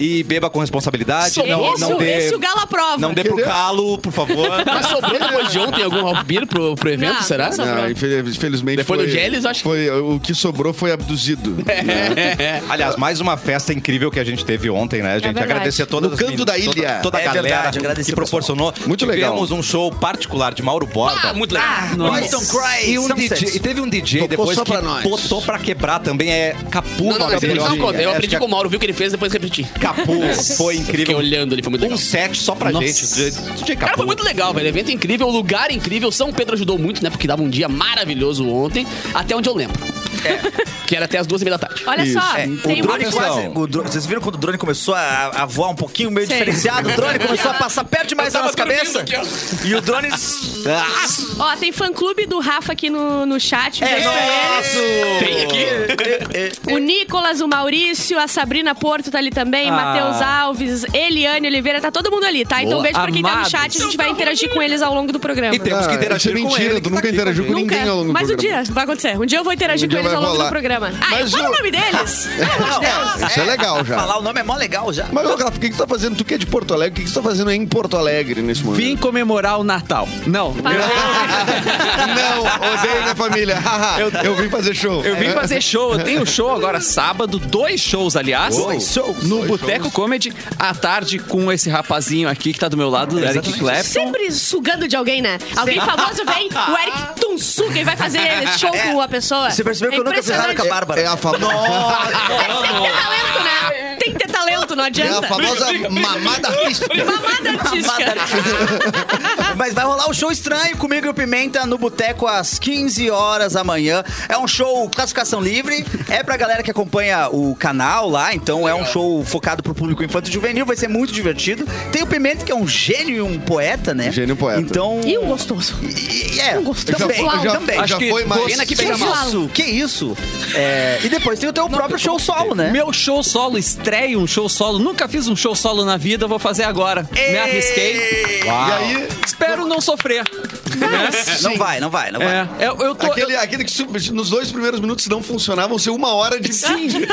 S1: E beba com responsabilidade.
S2: Sou
S1: Não,
S4: Esse,
S1: não dê,
S4: esse o galo aprova.
S1: não dê pro calo, por favor.
S2: Mas sobrou depois de ontem algum Ralph Beer pro, pro evento,
S4: Não,
S2: será?
S4: não sobrou.
S3: Não, é infel- infelizmente
S2: Depois
S3: foi,
S2: do Geles, acho que-
S3: foi O que sobrou foi abduzido.
S1: É, Aliás, mais uma festa incrível que a gente teve ontem,
S2: É
S1: né, gente?
S4: verdade.
S1: Agradecer a todas
S3: No
S1: as
S3: canto
S1: meninas,
S3: da ilha.
S1: Toda, toda a
S5: É
S1: galera
S5: verdade, agradecer,
S1: que proporcionou.
S3: Muito legal.
S1: Tivemos um show particular de Mauro Borba.
S2: Ah, muito legal.
S5: Nossa. Cry.
S1: E um
S5: São
S1: DJ,
S5: seis.
S1: e teve um DJ
S3: Tocou
S1: depois
S3: só
S1: que
S3: pra nós.
S1: botou pra quebrar também. É Capu
S2: Não,
S1: o
S2: não,
S1: nome
S2: não,
S1: dele.
S2: eu, não
S1: acho.
S2: conta. eu
S1: É, acho que
S2: aprendi
S1: é
S2: com o Mauro, viu o que ele fez, depois repeti.
S1: Capu. Foi
S2: Fiquei
S1: incrível.
S2: olhando, ele foi muito
S1: Um
S2: legal.
S1: set só pra
S2: Nossa.
S1: gente. DJ
S2: Cara,
S1: Capu.
S2: foi muito legal, velho. Evento incrível, lugar incrível. São Pedro ajudou muito, né? Porque dava um dia maravilhoso ontem, até onde eu lembro. Que era até as duas e meia da tarde.
S4: Olha só,
S5: um
S1: É,
S4: tem
S1: o
S4: uma
S1: drone
S4: coisa.
S1: quase-
S5: Quase, o dro- Vocês viram quando o drone começou a, a voar um pouquinho, meio
S4: Sim.
S5: diferenciado? O drone começou a passar perto demais da
S2: tava
S5: nossa cabeça.
S2: dormindo aqui,
S5: E o drone.
S1: Ah,
S4: Ó, tem fã clube do Rafa aqui no, no chat. Um
S5: É
S4: beijo pra ele.
S5: nosso!
S2: Tem aqui?
S4: O Nicolas, o Maurício, a Sabrina Porto tá ali também,
S6: Ah.
S4: Matheus Alves, Eliane Oliveira, tá todo mundo ali, tá? Então
S6: Boa.
S4: beijo pra quem tá no
S6: Amados.
S4: chat, a gente vai interagir com eles ao longo do programa.
S1: E temos que
S3: Ah,
S1: interagir
S3: isso é
S1: com
S3: mentira,
S1: ele,
S3: tu
S1: que tá
S3: nunca
S1: aqui com
S3: interagiu com
S1: ele.
S3: ninguém ao longo do
S4: Mas um
S3: programa.
S4: dia, vai acontecer. Um dia eu vou
S3: Um
S4: interagir com
S3: dia
S4: eles
S3: vai
S4: ao longo do
S3: rolar.
S4: programa. Ah,
S3: Mas
S4: fala
S3: o-
S4: o nome deles!
S3: Isso é legal já.
S5: Falar o nome é mó legal já.
S3: Mas, ô, Rafa, o que que tu tá fazendo? Tu que é de Porto Alegre, o que que tu tá fazendo em Porto Alegre nesse momento?
S6: Vim comemorar o Natal. Não.
S3: Não, odeio minha família. Haha, eu, vim fazer show.
S6: Eu vim fazer show. Eu tenho show agora sábado, dois shows, aliás.
S5: Dois shows.
S6: No Boteco Comedy, à tarde, com esse rapazinho aqui que tá do meu lado, o Eric Clapton.
S4: Sempre sugando de alguém, né? Alguém famoso vem, o Eric Tunsuga e vai fazer show com a pessoa. É
S5: Você percebeu que eu nunca fiz nada com a
S4: Impressionante.
S5: Bárbara? né?
S3: É a famosa,
S4: Tem que ter talento, né? Tem que ter talento, não
S3: é a
S4: adianta.
S3: famosa mamada artística.
S4: Mamada artística.
S5: Mas vai rolar o show estranho comigo e o Pimenta no Boteco às 15 horas da manhã. É um show classificação livre, é pra galera que acompanha o canal lá, então é um show focado pro público infanto e juvenil, vai ser muito divertido. Tem o Pimenta, que é um gênio e um poeta, né?
S3: Gênio e poeta.
S5: Então.
S4: E um gostoso.
S5: E- e- É,
S4: um gostoso.
S5: também,
S4: Uau,
S3: já,
S5: também.
S3: já
S6: Acho que
S3: foi mais.
S6: pena que
S5: Que
S6: pega mal.
S5: isso? Que isso? É, e depois tem o teu próprio show solo, né?
S6: Meu show solo, estreia um show solo. Nunca fiz um show solo na vida, vou fazer agora. Me arrisquei.
S3: E aí,
S6: Espero não sofrer.
S5: Não vai, não vai, não vai.
S6: É, eu, eu tô.
S3: aquele, aquele que su- nos dois primeiros minutos não funcionar, vão ser uma hora de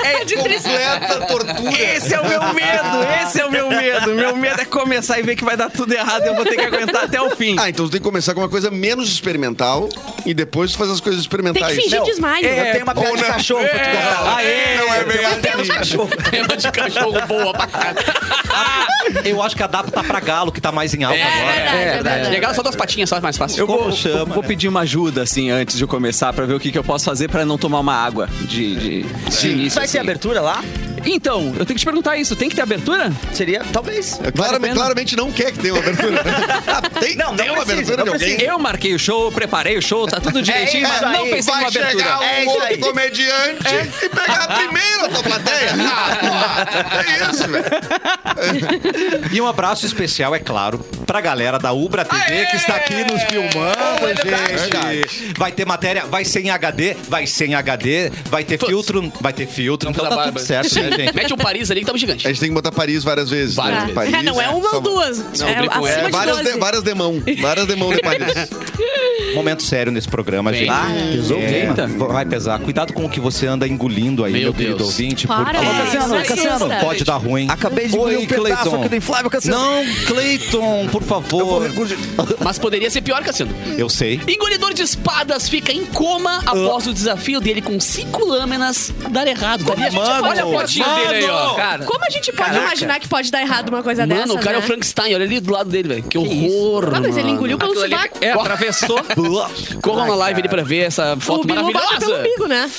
S6: É de
S3: completa tortura.
S6: Esse é o meu medo, esse é o meu medo. Meu medo é começar e ver que vai dar tudo errado e eu vou ter que aguentar até o fim.
S3: Ah, então tu tem que começar com uma coisa menos experimental e depois tu faz as coisas
S4: Tem que
S3: experimentais.
S4: fingir
S5: Não, É,
S4: desmaio.
S6: É.
S5: Eu tenho uma piada de cachorro pra tu contar lá.
S6: Aê!
S3: Não é bem
S5: Piada de cachorro.
S2: Tema de cachorro boa pra caralho.
S1: Eu acho que adapta pra galo, que tá mais em alta agora.
S4: verdade, é verdade.
S2: Legal, só duas patinhas, só é mais fácil.
S6: Eu vou,
S1: Como chama,
S6: eu vou
S1: né?
S6: pedir uma ajuda, assim, antes de eu começar, pra ver o que, que eu posso fazer pra não tomar uma água de, de, de início,
S5: Vai ter
S6: assim.
S5: abertura lá?
S6: Então, eu tenho que te perguntar isso. Tem que ter abertura?
S5: Seria, talvez.
S6: Vale a
S3: Claramente,
S6: pena.
S3: É claramente não quer que tenha uma abertura. Ah, tem que
S5: Não, não
S3: ter uma
S5: precisa,
S3: abertura
S5: não
S3: de alguém.
S5: precisa.
S6: Eu marquei o show, preparei o show, tá tudo direitinho,
S5: isso
S6: mas não
S5: aí.
S6: pensei em uma
S3: Vai
S6: abertura.
S3: chegar um
S5: É isso
S3: outro
S5: aí.
S3: comediante e pegar a primeira tua plateia. Ah, porra, é isso, velho.
S1: E um abraço especial, é claro, pra galera da Ubra TV que está aqui nos filmando, gente. Vai ter matéria, vai ser em HD, vai ser em HD, vai ter filtro, vai ter filtro, então
S2: pela
S1: tá tudo
S2: barba.
S1: certo, né, gente? É.
S2: Mete um Paris ali que tava gigante.
S3: A gente tem que botar Paris várias vezes.
S2: Várias
S3: né?
S2: vezes.
S3: Paris,
S4: É, não é uma
S3: só-
S4: ou duas. é
S2: brinco, é
S4: acima de
S3: Várias,
S4: 12.
S3: de, várias demão. Várias demão de Paris.
S1: Momento sério nesse programa,
S2: Vem.
S1: gente.
S5: Ah, pesou.
S1: É,
S6: eita.
S1: vai pesar. Cuidado com o que você anda engolindo aí, meu,
S2: Meu
S1: querido
S2: Deus.
S1: ouvinte,
S4: Para,
S1: porque
S5: Cassiano,
S4: isso
S5: Cassiano,
S4: assusta.
S1: pode dar ruim.
S5: Acabei de engolir
S1: Oi,
S5: um pedaço
S1: Cleiton.
S5: aqui do Inflável, Cassiano.
S1: Não, Cleiton, por favor. Eu,
S2: Mas poderia ser pior, Cassino.
S1: sei.
S2: Engolidor de espadas fica em coma após o desafio dele com cinco lâminas dar errado. Daí a gente-
S1: Mano,
S2: olha a fotinha dele aí, ó. Cara.
S4: Como a gente pode imaginar que pode dar errado uma coisa dessa? né?
S2: Mano, o cara é o Frankenstein, olha ali do lado dele, velho. Que horror.
S4: Ah, mas ele
S2: mano.
S4: engoliu pelo
S2: Aquilo ali-
S4: sovaco.
S2: É, atravessou. Corram na live ali pra ver essa
S4: O
S2: foto
S4: Bilu bota pelo
S2: maravilhosa.
S4: umbigo, né?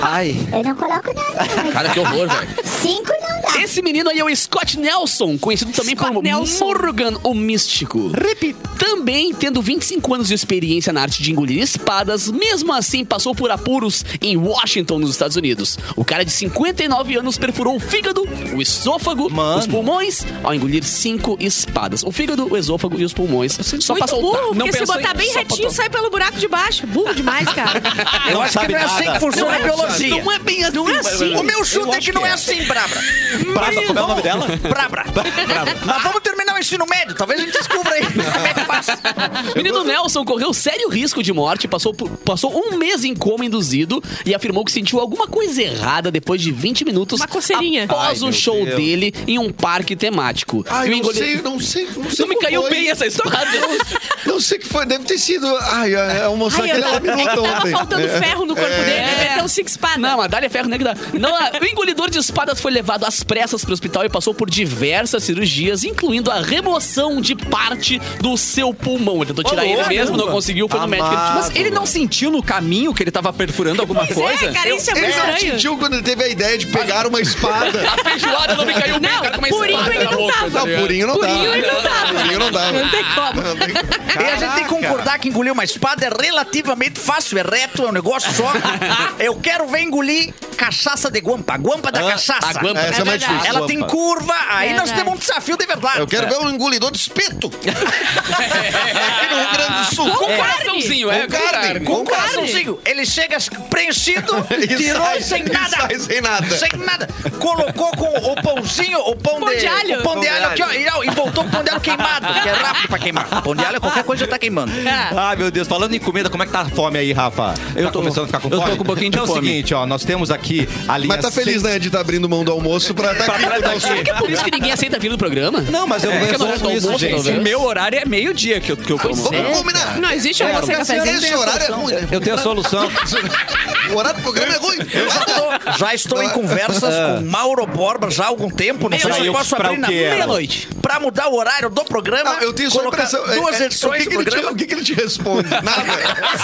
S5: Ai.
S7: Eu não coloco nada, mas
S2: Cara, que horror, velho.
S7: cinco não dá.
S2: Esse menino aí é o Scott Nelson, conhecido também
S4: Scott
S2: como
S4: Nelson.
S2: Morgan o Místico. Também tendo 25 anos de experiência na arte de engolir espadas, mesmo assim passou por apuros em Washington, nos Estados Unidos. O cara de 59 anos perfurou o fígado, o esôfago,
S1: Mano.
S2: os pulmões, ao engolir cinco espadas. O fígado, o esôfago e os pulmões. Só pra
S4: Muito
S2: soltar.
S4: burro,
S6: Não
S4: porque se
S6: pensou em-
S4: botar bem
S2: só
S4: retinho,
S2: botou.
S4: sai pelo buraco de baixo. Burro demais, cara.
S5: Eu acho que
S1: sabe
S5: não é assim
S1: nada.
S5: que funciona a biologia.
S2: Não é bem assim. Não é assim.
S5: O meu chute é que não é assim, Brabra.
S1: Brabra, como é o nome dela?
S5: Brabra. Mas vamos terminar o ensino médio. Talvez a gente descubra aí. Como é que faz?
S2: Menino Nelson correu sério risco de morte, passou, por- passou um mês em coma induzido e afirmou que sentiu alguma coisa errada depois de 20 minutos
S4: Uma coceirinha.
S2: após
S1: Ai,
S2: o
S1: meu
S2: show
S1: Deus.
S2: dele em um parque temático.
S3: Ai,
S2: E o
S3: não
S2: engoli-
S3: sei, não sei, não sei.
S2: Não me
S3: qual
S2: caiu
S3: foi.
S2: bem essa espada.
S3: Não sei o que foi, deve ter sido. Ai, a- almoçar
S4: Ai, eu
S3: aquela
S4: não- é que
S3: minuta
S4: tava
S3: ontem.
S4: faltando ferro no corpo dele,
S2: É.
S4: ele meteu um six
S2: Não, a Dália Ferro Negra. Não, a- o engolidor de espadas foi levado a às pressas para o hospital e passou por diversas cirurgias, incluindo a remoção de parte do seu pulmão. Ele tentou tirar ele
S6: louco!
S2: mesmo, não conseguiu, foi no médico. Ele,
S6: Mas ele não sentiu no caminho que ele tava perfurando alguma
S4: Pois
S6: coisa?
S4: é, cara, isso é
S3: Ele
S4: muito
S3: não
S4: estranho.
S3: sentiu quando ele teve a ideia de pegar uma espada.
S2: a Tá feijoada não me caiu bem,
S4: Não,
S2: cara, com uma
S4: purinho
S2: espada
S4: ele
S2: na
S4: não
S2: boca,
S4: tava.
S2: tá
S3: Não,
S2: ligado?
S3: purinho não dá.
S4: Purinho ele não né? dava.
S3: Purinho não dá. né?
S4: Não tem como.
S3: Não tem como.
S5: E a gente tem que concordar que engolir uma espada é relativamente fácil, é reto, é um negócio só. Eu quero ver engolir cachaça de guampa, a guampa da cachaça.
S2: a guampa.
S3: Essa é mais
S4: verdade.
S3: difícil.
S5: Ela tem curva, aí nós
S4: Verdade.
S5: temos um desafio de verdade.
S3: Eu quero ver um engolidor de espeto. Aqui no Rio Grande do Sul.
S4: Com
S2: É.
S4: carne.
S2: Coraçãozinho, é,
S3: Com carne.
S2: cara.
S5: Com
S3: Com carne.
S5: coraçãozinho. Ele chega preenchido,
S3: E
S5: tirou
S3: sai-
S5: sem
S3: e
S5: nada.
S3: sai sem nada.
S5: Sem nada. Colocou com o pãozinho, o pão,
S4: Pão de alho.
S5: O pão de alho aqui, ó. E, ó, e voltou com o pão de alho queimado, que é rápido pra queimar. Pão de alho, qualquer coisa já tá queimando.
S4: É.
S1: Ai, Ah, meu Deus, falando em comida, como é que tá a fome aí, Rafa? Eu tá
S6: tô-
S1: começando a ficar com
S6: eu tô
S1: fome.
S6: com um pouquinho de
S1: então
S6: fome.
S1: é o seguinte, ó, nós temos aqui a linha
S3: Mas tá feliz, né, de estar abrindo mão do almoço pra estar aqui.
S1: pra tá
S3: então,
S1: aqui.
S2: Será que é por isso que ninguém aceita vir no programa?
S1: Não, mas eu é,
S2: que é na hora do
S1: resolvo isso,
S2: almoço,
S1: gente.
S2: talvez.
S6: O meu horário é meio-dia que eu, que eu como.
S3: Vamos combinar.
S4: Não existe almoço sem cafezinho.
S3: Esse horário é ruim, né?
S1: Eu tenho a solução.
S3: O horário do programa é ruim.
S5: Já, tô- já estou em conversas com Mauro Borba já há algum tempo. Não sei
S1: Pra
S5: se eu
S1: eu-
S5: posso
S1: pra
S5: abrir
S1: o
S5: na
S1: quê, Erlon?
S5: meia-noite. Pra mudar o horário do programa,
S3: Não, Ah, eu tenho só a
S5: colocar
S3: impressão. é,
S5: duas
S3: é,
S5: edições
S3: o que
S5: do
S3: que ele te-
S5: programa.
S3: O que, que ele te responde? Nada.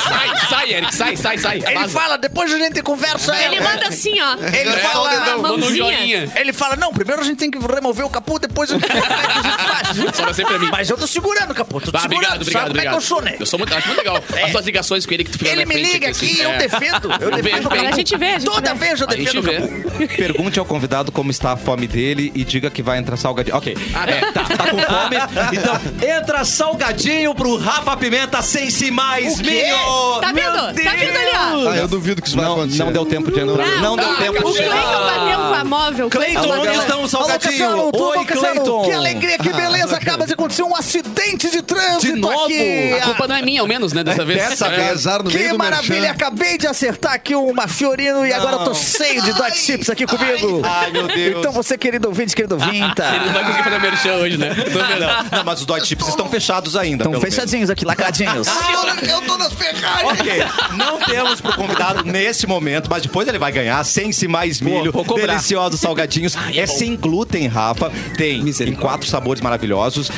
S2: Sai, sai, Eric, sai, sai, sai.
S5: Ele
S2: Vaza.
S5: fala, depois a gente conversa.
S4: Ele
S5: Erlon.
S4: manda assim, ó.
S5: Ele
S3: Só o
S5: fala,
S3: dedão.
S4: Uma
S2: Manda um
S4: mãozinha.
S2: joinha.
S5: ele fala, não, primeiro a gente tem que remover o capô, depois a gente como é que a gente faz.
S2: Só vai ser pra mim.
S5: Mas eu tô segurando o capô, tô
S2: Ah,
S5: segurando,
S2: obrigado, obrigado,
S5: sabe como é
S2: obrigado.
S5: que eu sou, né?
S2: Eu sou muito, acho muito legal. As suas ligações com ele que tu fica
S5: Ele
S2: na
S5: me
S2: frente
S5: liga aqui,
S2: assim.
S5: eu
S2: É.
S5: defendo. Eu
S2: Vem,
S5: defendo o
S2: vem.
S5: capô.
S4: A gente vê, a gente
S5: Toda
S4: vê.
S5: vez eu
S2: A gente
S5: defendo o
S2: vê.
S5: capô.
S1: Pergunte ao convidado como está a fome dele e diga que vai entrar salgadinho. Ok. É, tá, tá com fome. Então, entra salgadinho pro Rafa Pimenta sem se mais minho.
S4: Tá vendo? Tá vendo ali, ó?
S3: Ah, eu duvido que isso vai
S1: Não,
S3: acontecer.
S1: não deu tempo de entrar. Não, deu
S4: Ah, o-
S1: tempo
S4: O
S1: de
S4: Cleiton
S1: entrar.
S4: bateu com a móvel.
S1: Cleiton,
S4: bateu.
S1: onde estão os
S5: Alô,
S1: salgadinhos?
S5: Cassiano, tudo
S1: Oi,
S5: bom, Cassiano?
S1: Cleiton.
S5: Que alegria,
S2: Ah,
S5: que beleza. Acaba de acontecer um acidente de trânsito
S1: De novo?
S5: aqui.
S1: A
S2: A culpa não é minha, ao menos, né, dessa vez.
S3: Dessa
S2: É.
S3: vez, azar no meio
S5: Que
S3: do
S5: maravilha,
S3: merchan.
S5: acabei de acertar aqui uma Fiorino e agora eu tô cheio de dot chips aqui comigo.
S1: Ai, meu Deus.
S5: Então você, querido ouvinte, querido
S2: Ah, Ele não
S5: ouvinta.
S2: vai conseguir fazer merchan hoje, né? Tô vendo.
S1: Não, mas os dói chips estão fechados ainda.
S5: Estão
S1: pelo
S5: fechadinhos aqui, lacradinhos.
S3: Ah, eu tô nas Ferrari.
S1: Ok, não temos pro convidado nesse momento, mas depois ele vai ganhar sem se mais milho,
S6: vou cobrar.
S1: deliciosos salgadinhos. é sem glúten, Rafa. Tem em quatro sabores maravilhosos.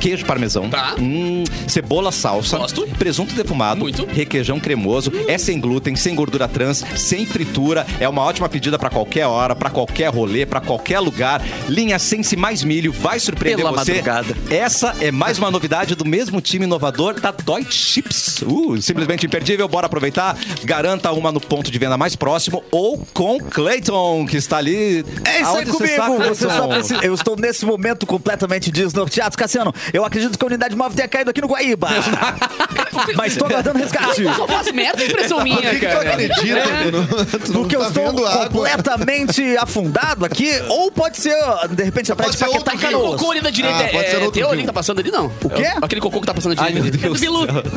S1: Queijo parmesão,
S2: Tá.
S1: hum, cebola salsa,
S2: Gosto.
S1: presunto defumado,
S2: Muito.
S1: requeijão cremoso, é sem glúten, sem gordura trans, sem fritura, é uma ótima pedida pra qualquer hora, pra qualquer rolê, pra qualquer lugar. Linha sem se mais milho vai surpreender
S6: Pela
S1: você.
S6: madrugada.
S1: Essa é mais uma novidade do mesmo time inovador da Deutsche Chips. Uh, simplesmente imperdível, bora aproveitar. Garanta uma no ponto de venda mais próximo ou com Clayton, que está ali.
S5: É isso aí
S1: Aonde você está,
S5: comigo. Você só
S1: Clayton?
S5: precisa- Eu estou nesse momento completamente desnorteado. Cassiano, eu acredito que a unidade móvel tenha caído aqui no Guaíba. Mas estou aguardando resgate.
S2: Só faz merda, é impressão
S3: Por que,
S2: minha,
S3: que tu
S2: cara.
S3: acredita? Tu não, tu não
S5: né? Porque eu
S3: tá
S5: estou
S3: vendo água.
S5: completamente afundado aqui, ou pode ser, de repente, a praia
S3: Pode
S5: de
S3: ser
S5: Paquetá
S3: outro
S5: e
S2: Aquele
S5: Canoas.
S2: cocô ali da direita
S3: Ah,
S2: é,
S3: pode ser
S2: é
S3: outro
S2: teu ali
S3: Bilu.
S2: que tá passando ali, não? O
S5: quê?
S2: Aquele cocô que tá passando ali.
S1: Ai, meu
S2: É do
S1: Deus
S2: Bilu.
S7: Esse é meu.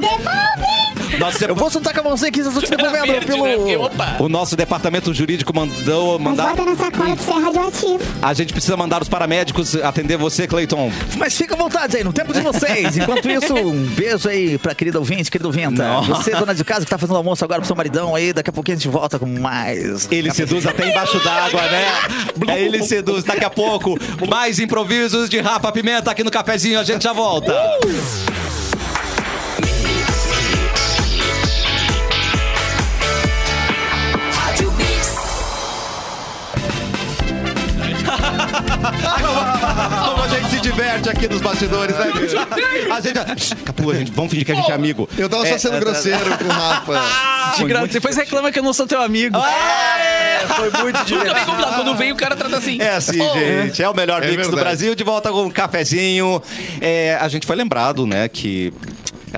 S7: Devolve!
S1: Nosso
S5: Eu vou soltar com a mãozinha aqui, vocês estão te
S3: é
S5: devolvendo
S2: Verde, né? Porque,
S5: pelo...
S2: Opa.
S1: O nosso departamento jurídico mandou
S7: Mas
S1: mandar.
S7: bota na sacola que você é radioativo.
S1: A gente precisa mandar os paramédicos atender você, Clayton.
S5: Mas fica à vontade aí, no tempo de vocês. Enquanto isso, um beijo aí pra querida ouvinte, querido ouventa. Você, dona de casa, que tá fazendo almoço agora pro seu maridão aí, daqui a pouquinho a gente volta com mais.
S1: Ele seduz até embaixo d'água, né? É, Ele seduz. Daqui a pouco, mais improvisos de Rafa Pimenta aqui no cafezinho. A gente já volta.
S3: Então
S1: Como a gente se diverte aqui nos bastidores,
S5: É,
S1: né, bicho? A gente. Capu, a gente, vamos fingir que a gente é amigo.
S3: Eu tava só sendo
S5: é,
S3: grosseiro com o Rafa.
S6: De graça. Depois reclama que eu não sou teu amigo.
S1: Ah!
S5: Foi muito
S2: Nunca vem
S5: divertido.
S2: convidado. Quando vem, o cara trata assim.
S1: É assim,
S2: Oh.
S1: gente. É o melhor
S3: É
S1: mix do
S3: verdade.
S1: Brasil. De volta com um cafezinho. É, a gente foi lembrado, né, que.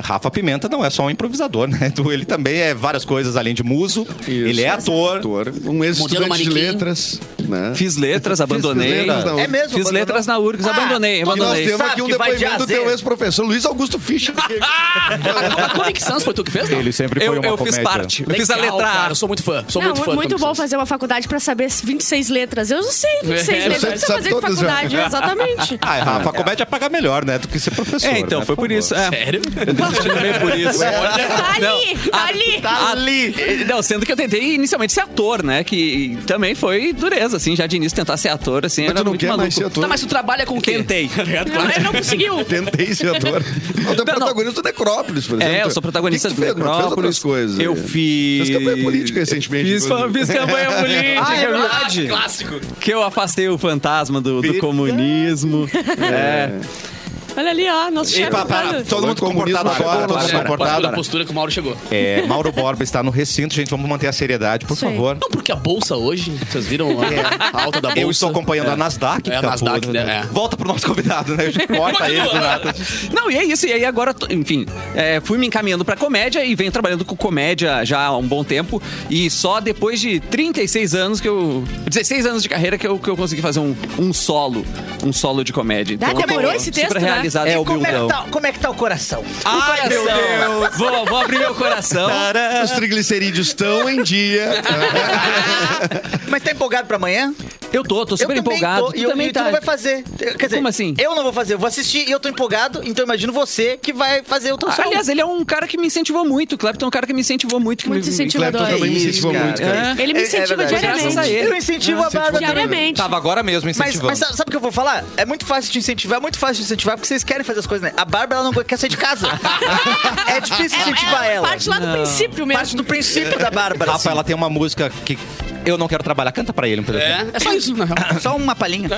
S1: Rafa Pimenta não é só um improvisador, né? Du? Ele também é várias coisas além de muso. ele é ator.
S3: Um ex-estudante de
S2: manequim.
S3: letras. né?
S6: Fiz letras, abandonei.
S3: letras na URGS.
S5: É mesmo?
S6: Fiz
S5: Abandonou? Ah,
S6: letras na URGS, abandonei,
S3: E nós
S6: abandonei.
S3: temos
S5: Sabe
S3: aqui um
S5: que vai de
S3: depoimento do
S5: A a
S3: teu
S5: Z.
S3: ex-professor, Luiz Augusto Fischer. é
S2: A Comic Sans foi tu que fez? não?
S1: Ele sempre foi
S6: Eu,
S1: uma
S6: eu fiz
S1: comédia.
S6: parte. Eu fiz a
S2: Legal,
S6: letra A.
S2: cara, eu sou muito fã. Sou
S4: Não,
S2: muito fã.
S4: muito,
S2: do Comic
S4: bom
S2: Sans.
S4: fazer uma faculdade pra saber as 26 letras. Eu sei 26
S2: É,
S4: letras,
S2: você
S4: não precisa
S3: sabe
S4: fazer
S3: todas já.
S4: faculdade, exatamente.
S1: Ah, Rafa, a comédia paga melhor, né? Do que ser professor.
S6: É, então,
S1: né?
S6: foi por
S1: favor.
S6: isso. É.
S2: Sério?
S6: Eu desisti no meio por isso.
S4: Tá
S6: Não,
S4: ali,
S6: a-
S4: tá ali.
S6: Ali! Não, sendo que eu tentei inicialmente ser ator, né? Que também foi dureza, assim, já de início tentar ser ator, assim,
S3: Mas
S6: era
S3: tu não
S6: muito
S3: quer
S6: maluco.
S3: mais ser ator?
S2: Tá, mas tu trabalha com o quê?
S6: Tentei. tá
S4: Não, ele não conseguiu.
S3: Tentei ser ator. Mas Tu é protagonista do Necrópolis, por exemplo.
S6: É, eu sou protagonista
S3: O que que tu
S6: do
S3: fez? Mas tu fez outras
S6: Necrópolis.
S3: coisas.
S6: Eu
S3: né?
S6: fiz.
S3: Fez campanha política recentemente,
S6: Fiz,
S3: inclusive.
S6: fiz campanha política,
S5: Ah, é
S6: é verdade.
S2: Clássico.
S6: Que eu afastei o fantasma do, do comunismo. É.
S4: Olha ali, ó, nosso chefe.
S1: Pá, pá, todo
S4: falando.
S3: Falou
S1: mundo
S3: de comunismo,
S1: comportado
S3: agora,
S1: agora, todo mundo
S3: agora, agora.
S2: Guarda a
S1: comportado.
S2: postura que o Mauro chegou.
S1: É, Mauro Borba está no recinto, gente. Vamos manter a seriedade, por
S4: Isso aí.
S1: favor.
S2: Não, porque a bolsa hoje, vocês viram a, a alta da bolsa?
S1: Eu estou acompanhando
S2: É.
S1: a Nasdaq. tá
S2: É a
S1: Capu,
S2: Nasdaq, né? É.
S1: Volta pro nosso convidado, né? A gente
S2: Tá
S1: corta ele do nada.
S6: Não, e é isso. E aí agora, tô- enfim, é, fui me encaminhando pra comédia e venho trabalhando com comédia já há um bom tempo. E só depois de 36 anos que eu. 16 anos de carreira que eu, que eu consegui fazer um, um solo. Um solo de comédia. Então,
S4: Ah, demorou esse texto,
S6: super
S4: né?
S6: realizado.
S1: É, o
S5: Como é, que
S1: Humildão.
S5: tá, como é que tá o coração?
S6: Ai, meu Deus! Vou, vou abrir meu coração.
S3: Os triglicerídeos estão em dia.
S5: Mas tá empolgado pra amanhã?
S6: Eu tô, tô super
S5: eu também
S6: empolgado.
S5: Tô,
S6: Tu
S5: e eu-
S6: também
S5: e tu
S6: tá.
S5: não vai fazer. Quer dizer,
S6: Como assim?
S5: Eu não vou fazer, eu vou assistir e eu tô empolgado, então imagino você que vai fazer o teu solo.
S6: Aliás, ele é um cara que me incentivou muito. O Clapton é um cara que me incentivou muito. Que
S4: Muito
S6: me,
S4: incentivador.
S3: Clapton também me
S5: Isso,
S3: incentivou
S5: cara.
S3: muito, cara.
S6: É.
S4: Ele me incentiva Tá,
S5: verdade.
S6: Graças a
S4: diariamente.
S6: ele.
S5: Eu Ah, incentivo a Bárbara também.
S4: Diariamente.
S1: Tava agora mesmo
S5: Mas,
S1: incentivando.
S5: mas sabe sabe o que eu vou falar? É muito fácil te incentivar, é muito fácil te incentivar, porque vocês querem fazer as coisas, né? A Bárbara ela não quer sair de casa. é difícil incentivar
S4: é, é
S5: ela.
S4: Parte lá do princípio mesmo.
S5: Parte do princípio da Bárbara.
S1: Rafa,
S5: assim.
S1: ela tem uma música que eu não quero trabalhar. Canta pra ele um pedacinho.
S2: É, é só isso, na real.
S5: Só uma palhinha.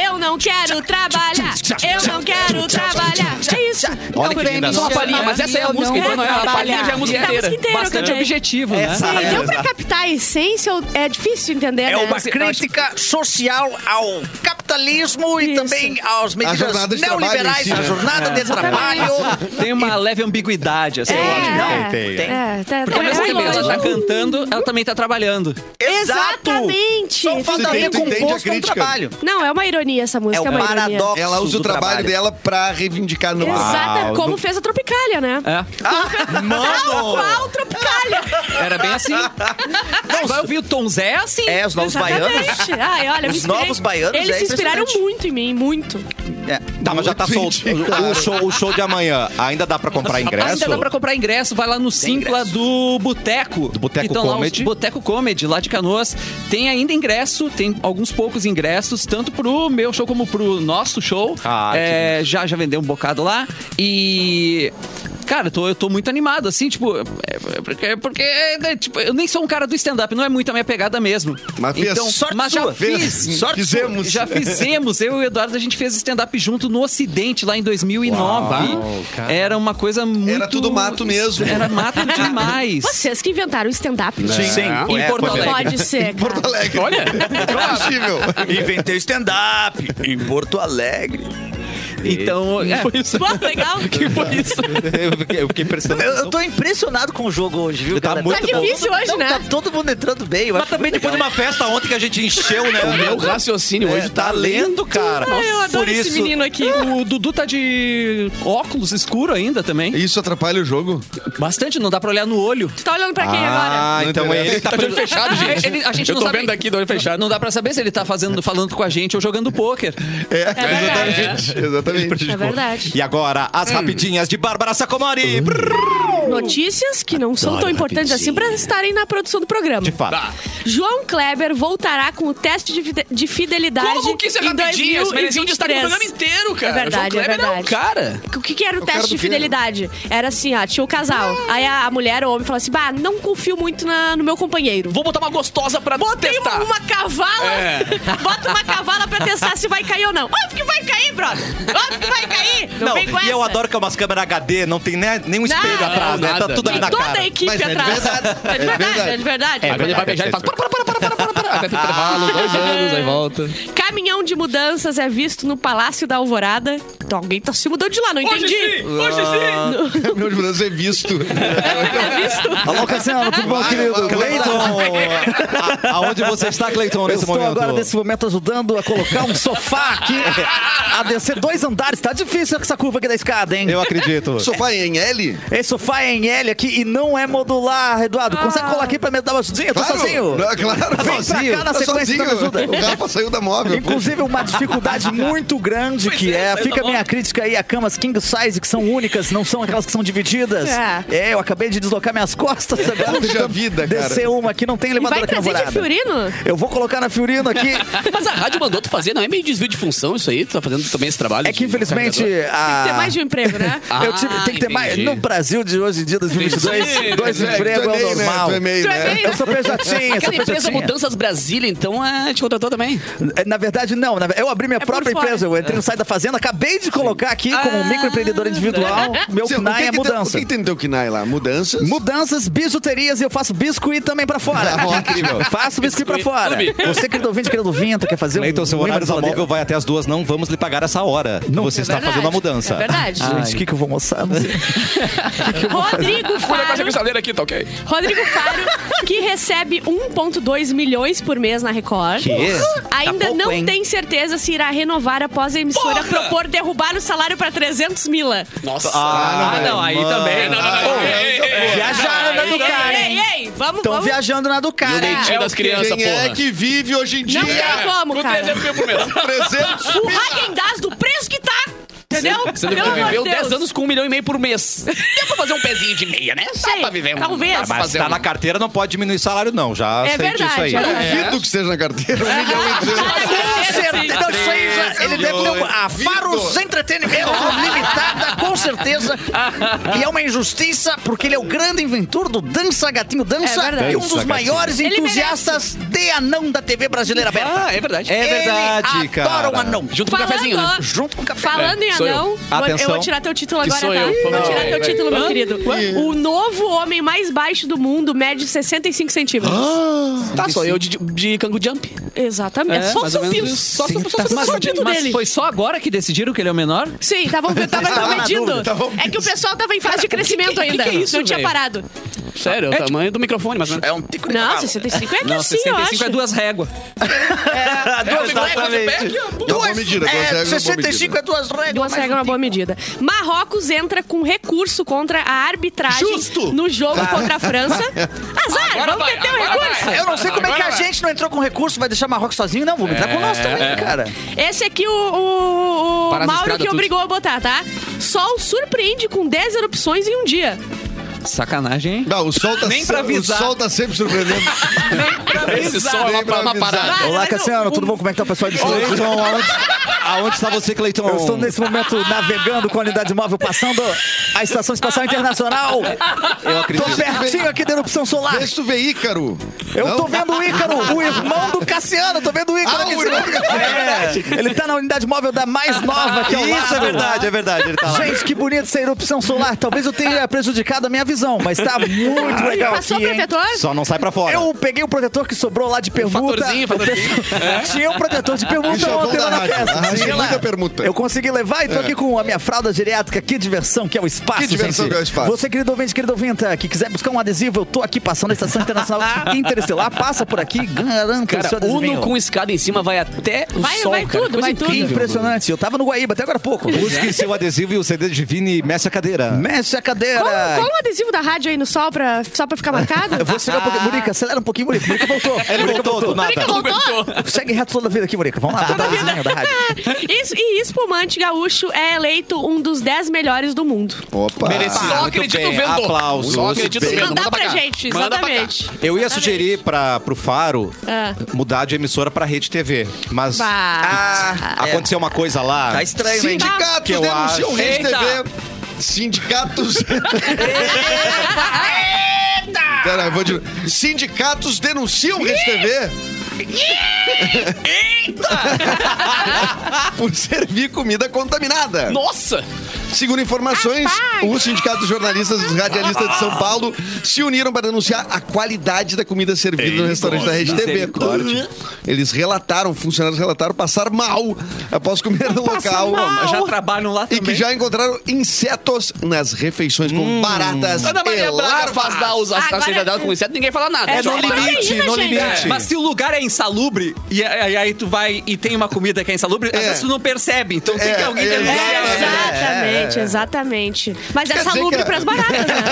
S4: Eu não quero trabalhar. Eu não quero trabalhar. É isso.
S1: Olha que linda.
S2: Só uma palhinha, mas essa é a música, então não é a palhinha, já é a música
S4: É a música
S2: inteira.
S4: inteira.
S6: Bastante
S4: também.
S6: objetivo, né?
S5: Essa-
S4: É, Então, pra captar a essência, é difícil entender, né?
S5: crítica social ao capitalismo e
S4: Isso.
S5: também às
S3: jornada de trabalho em si, né?
S5: jornada de
S6: Tem uma leve ambiguidade, assim. eu acho.
S4: É,
S1: tem, tem.
S4: É, tá,
S6: Porque ao mesmo
S4: tá
S6: tempo que ela tá
S4: lógico.
S6: cantando, ela também tá trabalhando.
S5: Exato!
S4: Exatamente. tá
S5: Só o fato
S3: Tu
S5: de ter
S3: entende- tu entende a
S5: composto um
S3: crítica?
S5: trabalho.
S4: Não, é uma ironia essa
S5: É
S4: música,
S5: o
S4: é, uma ironia.
S5: paradoxo
S3: Ela usa o
S5: do
S3: trabalho dela pra reivindicar no ar.
S4: Exata,
S1: Uau,
S4: como
S1: não-
S4: fez a Tropicália, né?
S6: É.
S4: Qual, qual Tropicália?
S6: Era bem assim. Não, vai ouvir o Tom Zé é assim.
S5: É, os novos baianos.
S4: Exatamente. Ai, olha, eu me
S5: Os
S4: inspirei-
S5: novos baianos
S4: Eles
S5: é
S4: se inspiraram
S5: impressionante.
S4: muito em mim, muito.
S5: É.
S1: Tá, mas já tá solto. O show, o show de amanhã ainda dá pra comprar ingresso?
S6: Ainda dá pra comprar ingresso, vai lá no Simpla do Boteco. Do
S1: Boteco Comedy.
S6: Boteco Comedy, lá de Canoas. Tem ainda ingresso, tem alguns poucos ingressos, tanto pro meu show como pro nosso show.
S1: Ah, que
S6: É, já, já vendeu um bocado lá. E. Cara, eu tô, eu tô muito animado, assim, tipo, é, é porque, é porque né, tipo, eu nem sou um cara do stand-up, não é muito a minha pegada mesmo.
S3: Mas fez.
S6: então,
S5: Sorte
S6: mas
S5: sua.
S6: já fiz.
S3: Fez. Sorte Fizemos.
S6: Já fizemos. Eu e o Eduardo, a gente fez stand-up junto no Ocidente, lá em 2009. Era uma coisa muito...
S3: Era tudo mato mesmo.
S6: Era mato demais.
S4: Vocês que inventaram o stand-up.
S5: Né?
S3: Sim.
S1: É,
S6: Em Porto
S4: Não
S6: Alegre.
S4: pode ser, cara.
S3: Porto Alegre. Olha. É possível.
S5: Inventei stand-up em Porto Alegre.
S6: Então, é,
S4: Boa, legal. Que foi isso?
S1: Eu fiquei- Eu fiquei prestando
S5: Eu,
S1: atenção.
S5: eu tô impressionado com o jogo hoje, viu,
S1: Tá
S5: galera?
S1: muito
S4: Tá difícil
S5: todo-
S4: hoje,
S5: não,
S4: né?
S5: Tá todo mundo entrando bem. Eu
S1: Mas
S5: acho que
S1: também depois de uma festa ontem que a gente encheu, né?
S2: O meu raciocínio hoje tá...
S1: tá lento, cara.
S4: Ai, eu adoro
S1: Por isso,
S4: esse menino aqui.
S6: o Dudu tá de óculos escuro ainda também.
S3: Isso atrapalha o jogo?
S6: Bastante, não dá pra olhar no olho.
S4: Tu tá olhando pra quem agora?
S1: Ah,
S3: Não
S1: então
S3: interessa.
S1: ele tá
S2: Tá de olho fechado, gente.
S6: Ele- a gente
S2: eu
S6: não
S2: tô
S6: sabe- Tá
S2: vendo aqui do olho fechado.
S6: Não dá pra saber se ele tá fazendo, falando com a gente ou jogando pôquer.
S3: É,
S4: verdade.
S3: exatamente. Exatamente.
S4: É verdade.
S1: E agora, as rapidinhas de Bárbara Sacomori. Brrr,
S5: Ah.
S4: Notícias que não são tão importantes assim pra estarem na produção do programa.
S1: De fato.
S2: Tá.
S4: João Kleber voltará com o teste de, fide- de fidelidade.
S2: Como que isso é
S4: em
S2: rapidinho? Eles mereciam destaque no
S4: 2023.
S2: programa inteiro, cara.
S4: É verdade,
S2: o João Kleber
S4: é
S2: é um
S4: verdade.
S2: cara.
S4: O que, que era o,
S3: O cara
S4: teste
S3: do
S4: de
S3: quê?
S4: fidelidade? Era assim, ó, tinha o casal. Aí a, a mulher, o homem, falou assim: bah, não confio muito na- no meu companheiro.
S2: Vou botar uma gostosa pra
S4: Botei uma,
S2: testar.
S4: uma cavala.
S2: É.
S4: Bota uma cavala pra testar se vai cair ou não. Óbvio que vai cair, brother. Óbvio que vai cair. Não,
S1: Não,
S4: vem com
S1: e eu
S4: essa.
S1: adoro que é umas câmeras HD, não tem nem, nenhum espelho
S4: Não,
S1: atrás, né? Tá
S2: nada.
S1: tudo ali
S4: Tem
S1: na
S4: toda
S1: cara.
S4: a equipe
S3: Mas é de
S4: atrás.
S3: verdade.
S4: É de verdade, é de verdade.
S2: Aí quando ele vai beijar, ele fala, para, para, para, para, para, para, para. Aí vai pro intervalo, dois anos, aí volta.
S4: Caminhão de mudanças é visto no Palácio da Alvorada. Então, alguém tá se mudando de lá, não entendi.
S2: Hoje sim!
S3: caminhão de mudança é visto.
S5: Alô, Cassiano, tudo bom,
S3: Vai,
S5: querido?
S3: vai, vai.
S5: Cleiton!
S1: Aonde você está, Cleiton,
S5: Eu
S1: nesse
S5: estou
S1: momento?
S5: agora, nesse momento, ajudando a colocar um sofá aqui, a descer dois andares. Tá difícil essa curva aqui da escada, hein?
S1: Eu acredito.
S3: Sofá em L?
S5: Esse sofá é em L aqui e não é modular,
S4: Ah.
S5: Eduardo. Consegue colar aqui pra me dar uma ajudinha? Eu tô
S3: Claro.
S5: sozinho.
S3: Não, é Claro,
S5: Vem pra cá na
S3: Tá
S5: sequência da
S3: sozinho.
S5: ajuda.
S3: O Rafa saiu da móvel. pô.
S5: Inclusive, uma dificuldade muito grande que
S6: é,
S5: é.
S6: saiu
S5: Fica
S6: da
S5: a minha crítica aí a camas king size, que são únicas, não são aquelas que são divididas.
S4: É.
S5: É, eu acabei de deslocar minhas costas agora.
S3: Puxa
S5: tentando
S3: vida, cara.
S5: Descer uma aqui, não tem
S4: E
S5: elevador
S4: vai
S5: aqui na
S4: trazer de
S5: morada.
S4: Fiorino?
S5: Eu vou colocar na Fiorino aqui.
S2: Mas a rádio mandou tu fazer, não é meio desvio de função isso aí? Tu tá fazendo também esse trabalho?
S5: É que,
S2: de
S5: infelizmente,
S2: carregador?
S5: a...
S4: Tem mais de um emprego, né?
S5: Eu tive,
S2: Ah,
S5: tem que ter mais.
S2: entendi.
S5: No Brasil de hoje em dia, 2022, dois
S3: É, tu
S5: empregos é,
S3: meio,
S5: o normal.
S3: Né? Tu é meio,
S4: Tu é
S3: né?
S4: meio-
S5: Eu sou pejatinha, sou
S2: Aquela empresa
S6: assim, é.
S5: pejatinha.
S2: Mudanças Brasília, então, é, te contratou também.
S5: É, Na verdade, não. Na- Eu abri minha
S4: por
S5: própria
S4: fora.
S5: empresa. Eu entrei no site da Fazenda, acabei de colocar aqui como um
S2: Ah.
S5: microempreendedor individual. Meu
S3: Zé, o que
S5: KNAI
S3: que
S5: é
S3: tem-
S5: mudança.
S3: O que que tem no teu KNAI lá? Mudanças?
S5: Mudanças, bijuterias e eu faço biscuit também pra fora.
S3: Tá bom, incrível.
S5: Faço biscuit pra
S2: Biscuit.
S5: fora.
S2: Clube.
S5: Você, querido ouvinte, querido vinto, quer fazer um.
S1: Cleiton, seu
S5: um
S1: horário da
S5: imã de
S1: móvel
S5: geladeira?
S1: vai até as duas, não vamos lhe pagar essa hora. você está
S4: Verdade.
S1: fazendo a mudança. Ah.
S4: É verdade.
S5: Gente, o que, que eu vou almoçar? Não sei.
S4: Rodrigo Faro,
S2: cristaleira aqui, tá ok?
S4: Rodrigo Faro, que recebe 1,2 milhões por mês na Record. Ainda
S5: pouco,
S4: não
S5: hein?
S4: tem certeza se irá renovar após a emissora propor derrubar o salário pra 300 mila.
S2: Nossa. É,
S6: Ah, não, aí também.
S2: não, não, não, é. não. Ei, ei, ei,
S5: Viajaram na
S2: ei,
S5: do
S2: ei,
S5: cara,
S4: ei,
S5: hein?
S4: ei, vamos,
S5: Estão
S4: vamos.
S5: viajando na do
S2: E o
S5: cara.
S2: dentinho das crianças,
S3: Quem
S2: porra.
S3: é que vive hoje em
S4: Não
S3: dia?
S4: tem como, cara.
S2: mil por mês.
S3: 300
S4: O Hagen do preço que tá, entendeu?
S2: Você não
S4: Pelo amor
S2: viveu
S4: de Deus.
S2: 10 anos com um milhão e meio por mês. Dá pra fazer um pezinho de meia, né? Só
S4: Sei,
S2: pra viver um...
S4: talvez.
S2: dá pra
S1: Mas
S2: fazer
S1: tá
S2: um-
S1: na carteira, não pode diminuir salário, não. Já
S4: É
S1: sei disso aí.
S4: verdade, é verdade.
S3: Duvido que esteja na carteira. Um milhão e duzentos.
S5: Com certeza. Não, isso aí já- ele deve ter uma. A
S3: Duvido.
S5: Faros Entretenimento Limitada, com certeza. E é uma injustiça, porque ele é o grande inventor do Dança Gatinho Dança
S4: É verdade.
S5: e um dos
S1: Dança,
S5: maiores
S4: Ele
S5: entusiastas de anão da TV brasileira aberta.
S2: Ah, é verdade.
S1: É verdade,
S5: ele
S1: cara.
S5: Adora um anão.
S2: Junto com o
S4: Falando-
S2: cafezinho, né?
S5: Junto com o café.
S4: Falando em
S2: É, sou eu.
S4: anão, vou- eu
S1: Atenção.
S4: vou tirar teu título
S2: Que
S4: agora,
S2: sou
S4: tá?
S2: eu, por
S4: vou
S2: favor.
S4: tirar teu
S2: Vai,
S4: título, meu querido. O novo homem mais baixo do mundo mede 65 centímetros.
S2: Tá, sou eu de, de cango jump.
S4: Exatamente. só
S2: É, mais ou menos
S4: subiu.
S2: isso.
S4: Só
S2: Sim,
S4: subiu só
S2: tá.
S4: subiu
S2: Mas-
S4: o sortido
S6: Mas
S4: dele.
S6: foi só agora que decidiram que ele é o menor?
S4: Sim, tá tava, tava,
S2: Tá
S4: tava
S5: na
S4: medindo.
S5: dúvida,
S3: tava
S4: É que o pessoal tava em fase de crescimento
S2: que-
S4: ainda.
S2: que que é isso,
S4: Não tinha
S2: velho?
S4: parado.
S2: Sério, é o tamanho do microfone, mas... É um tico
S4: Não, 65 é que
S6: Não,
S4: assim, eu acho.
S6: 65 é duas réguas.
S3: Então, boa medida,
S5: Exatamente.
S3: duas
S5: É,
S3: regras, boa
S5: 65
S3: medida.
S5: é duas regras.
S4: Duas
S5: mas
S4: regras é uma
S5: não
S4: boa medida. Marrocos entra com recurso contra a arbitragem no jogo contra a França. Azar, vamos
S2: vai,
S4: meter o
S2: agora
S4: recurso.
S5: tem- Eu não sei como é que a gente não entrou com recurso, vai deixar Marrocos sozinho, não. Vamos entrar com nós também, cara.
S4: Esse aqui o, o, o
S6: Para as
S4: Mauro
S6: estradas,
S4: que
S6: tudo.
S4: obrigou a botar, tá? Sol surpreende com 10 erupções em um dia.
S6: Sacanagem, hein?
S3: Não, o sol tá,
S6: Nem pra avisar.
S3: O sol tá sempre surpreendendo.
S2: Esse som é uma,
S3: Lembra
S2: uma parada.
S4: avisar.
S5: Olá,
S4: mas
S5: Cassiano,
S4: o-
S5: tudo bom? Como é que tá o pessoal de Estreito?
S1: Cleiton, aonde, aonde está você, Cleiton?
S5: Eu estou nesse momento navegando com a unidade móvel, passando a Estação Espacial Internacional.
S1: Eu
S5: Tô
S1: acredito.
S5: pertinho aqui da erupção solar.
S3: Vê se tu vê Ícaro.
S5: Eu
S3: Não?
S5: tô vendo o Ícaro, o irmão do Cassiano. Tô vendo o Ícaro.
S3: Ah,
S5: aqui.
S3: o irmão do
S5: É, ele tá na unidade móvel da mais nova que é o
S1: Isso é verdade, é verdade. Ele tá lá.
S5: Gente, que bonita essa erupção solar. Talvez eu tenha prejudicado a minha visão, mas tá muito legal
S4: Passou o
S5: aqui, hein?
S4: protetor?
S1: Só não sai pra fora.
S5: Eu peguei o protetor que sobrou lá de permuta.
S2: fatorzinho, fatorzinho.
S5: Tinha um protetor de
S3: Isso é
S5: permuta
S3: bom
S5: ontem
S3: da
S5: lá na
S3: rádio. A
S5: festa.
S3: rádio
S5: Tinha
S3: tem
S5: lá.
S3: muita permuta.
S5: Eu consegui levar e tô aqui com a minha fralda geriátrica. Que diversão que é o espaço,
S3: É. Que diversão
S5: gente.
S3: que é o espaço.
S5: Você, querido ouvinte, querido ouvinta, que quiser buscar um adesivo, eu tô aqui passando a Estação Internacional Interestelar. Passa por aqui, garanta o seu
S2: Cara,
S5: adesivinho.
S2: Uno com escada em cima vai até o
S4: Vai-
S2: sol,
S4: vai
S2: cara.
S4: tudo,
S2: Coisa
S4: vai tudo.
S2: incrível.
S5: Impressionante. Eu tava no Guaíba até agora há pouco.
S1: Busque seu adesivo e o CD de Vini e mexe a cadeira.
S5: Mexe a cadeira.
S4: Cola cola um adesivo da rádio aí no sol pra, só pra ficar marcado?
S5: Eu vou chegar um pouquinho. Murica, acelera um pouquinho, Murica. Murica voltou.
S1: Ele
S5: Murica
S1: voltou do nada.
S5: Segue reto toda a vida aqui, Murica. Vamos lá, toda a vida. da rádio.
S4: Isso- e espumante gaúcho é eleito um dos 10 melhores do mundo.
S3: Opa.
S1: Merecido.
S2: Só
S1: Muito
S2: acredito
S1: bem,
S2: vendo.
S1: aplausos.
S2: Só acredito
S3: Muito
S2: vendo.
S3: bem.
S4: Mandar
S2: Manda
S4: pra
S2: cá.
S4: gente,
S2: Manda pra cá.
S4: exatamente.
S1: Eu ia
S4: Exatamente.
S1: sugerir para pro Faro
S4: Ah.
S1: mudar de emissora para Rede TV, mas
S4: Bah.
S5: Ah, é.
S1: aconteceu uma coisa lá.
S5: Tá estranho, hein?
S1: Que
S3: Sindicatos
S1: eu
S3: denunciam
S1: acho.
S3: Rede
S6: Eita.
S3: TV. Sindicatos. Pera, eu vou de... Sindicatos denunciam Rede TV. por servir comida contaminada.
S2: Nossa!
S3: Segundo informações, o Sindicato dos Jornalistas e Radialistas de São Paulo se uniram para denunciar a qualidade da comida servida no restaurante da Rede TV. Eles relataram, funcionários relataram passar mal após comer no local.
S6: Bom, já trabalham lá
S3: E
S6: também.
S3: que já encontraram insetos nas refeições com baratas
S2: Ana
S3: e
S2: Maria Braga
S3: larvas.
S2: faz dar os
S4: Agora-
S2: ações dela com inseto, ninguém fala nada.
S1: É no
S4: Mas proteína,
S1: limite, no
S4: gente.
S1: limite.
S6: Mas se o lugar é insalubre, e, aí- aí tu vai e tem uma comida que é insalubre, às
S3: É.
S6: vezes tu não percebe. Então tem
S3: É,
S6: que alguém
S3: é,
S6: denunciar.
S4: Exatamente, exatamente. Mas é
S3: Quer dizer
S4: salubre
S3: que-
S4: pras baratas, né?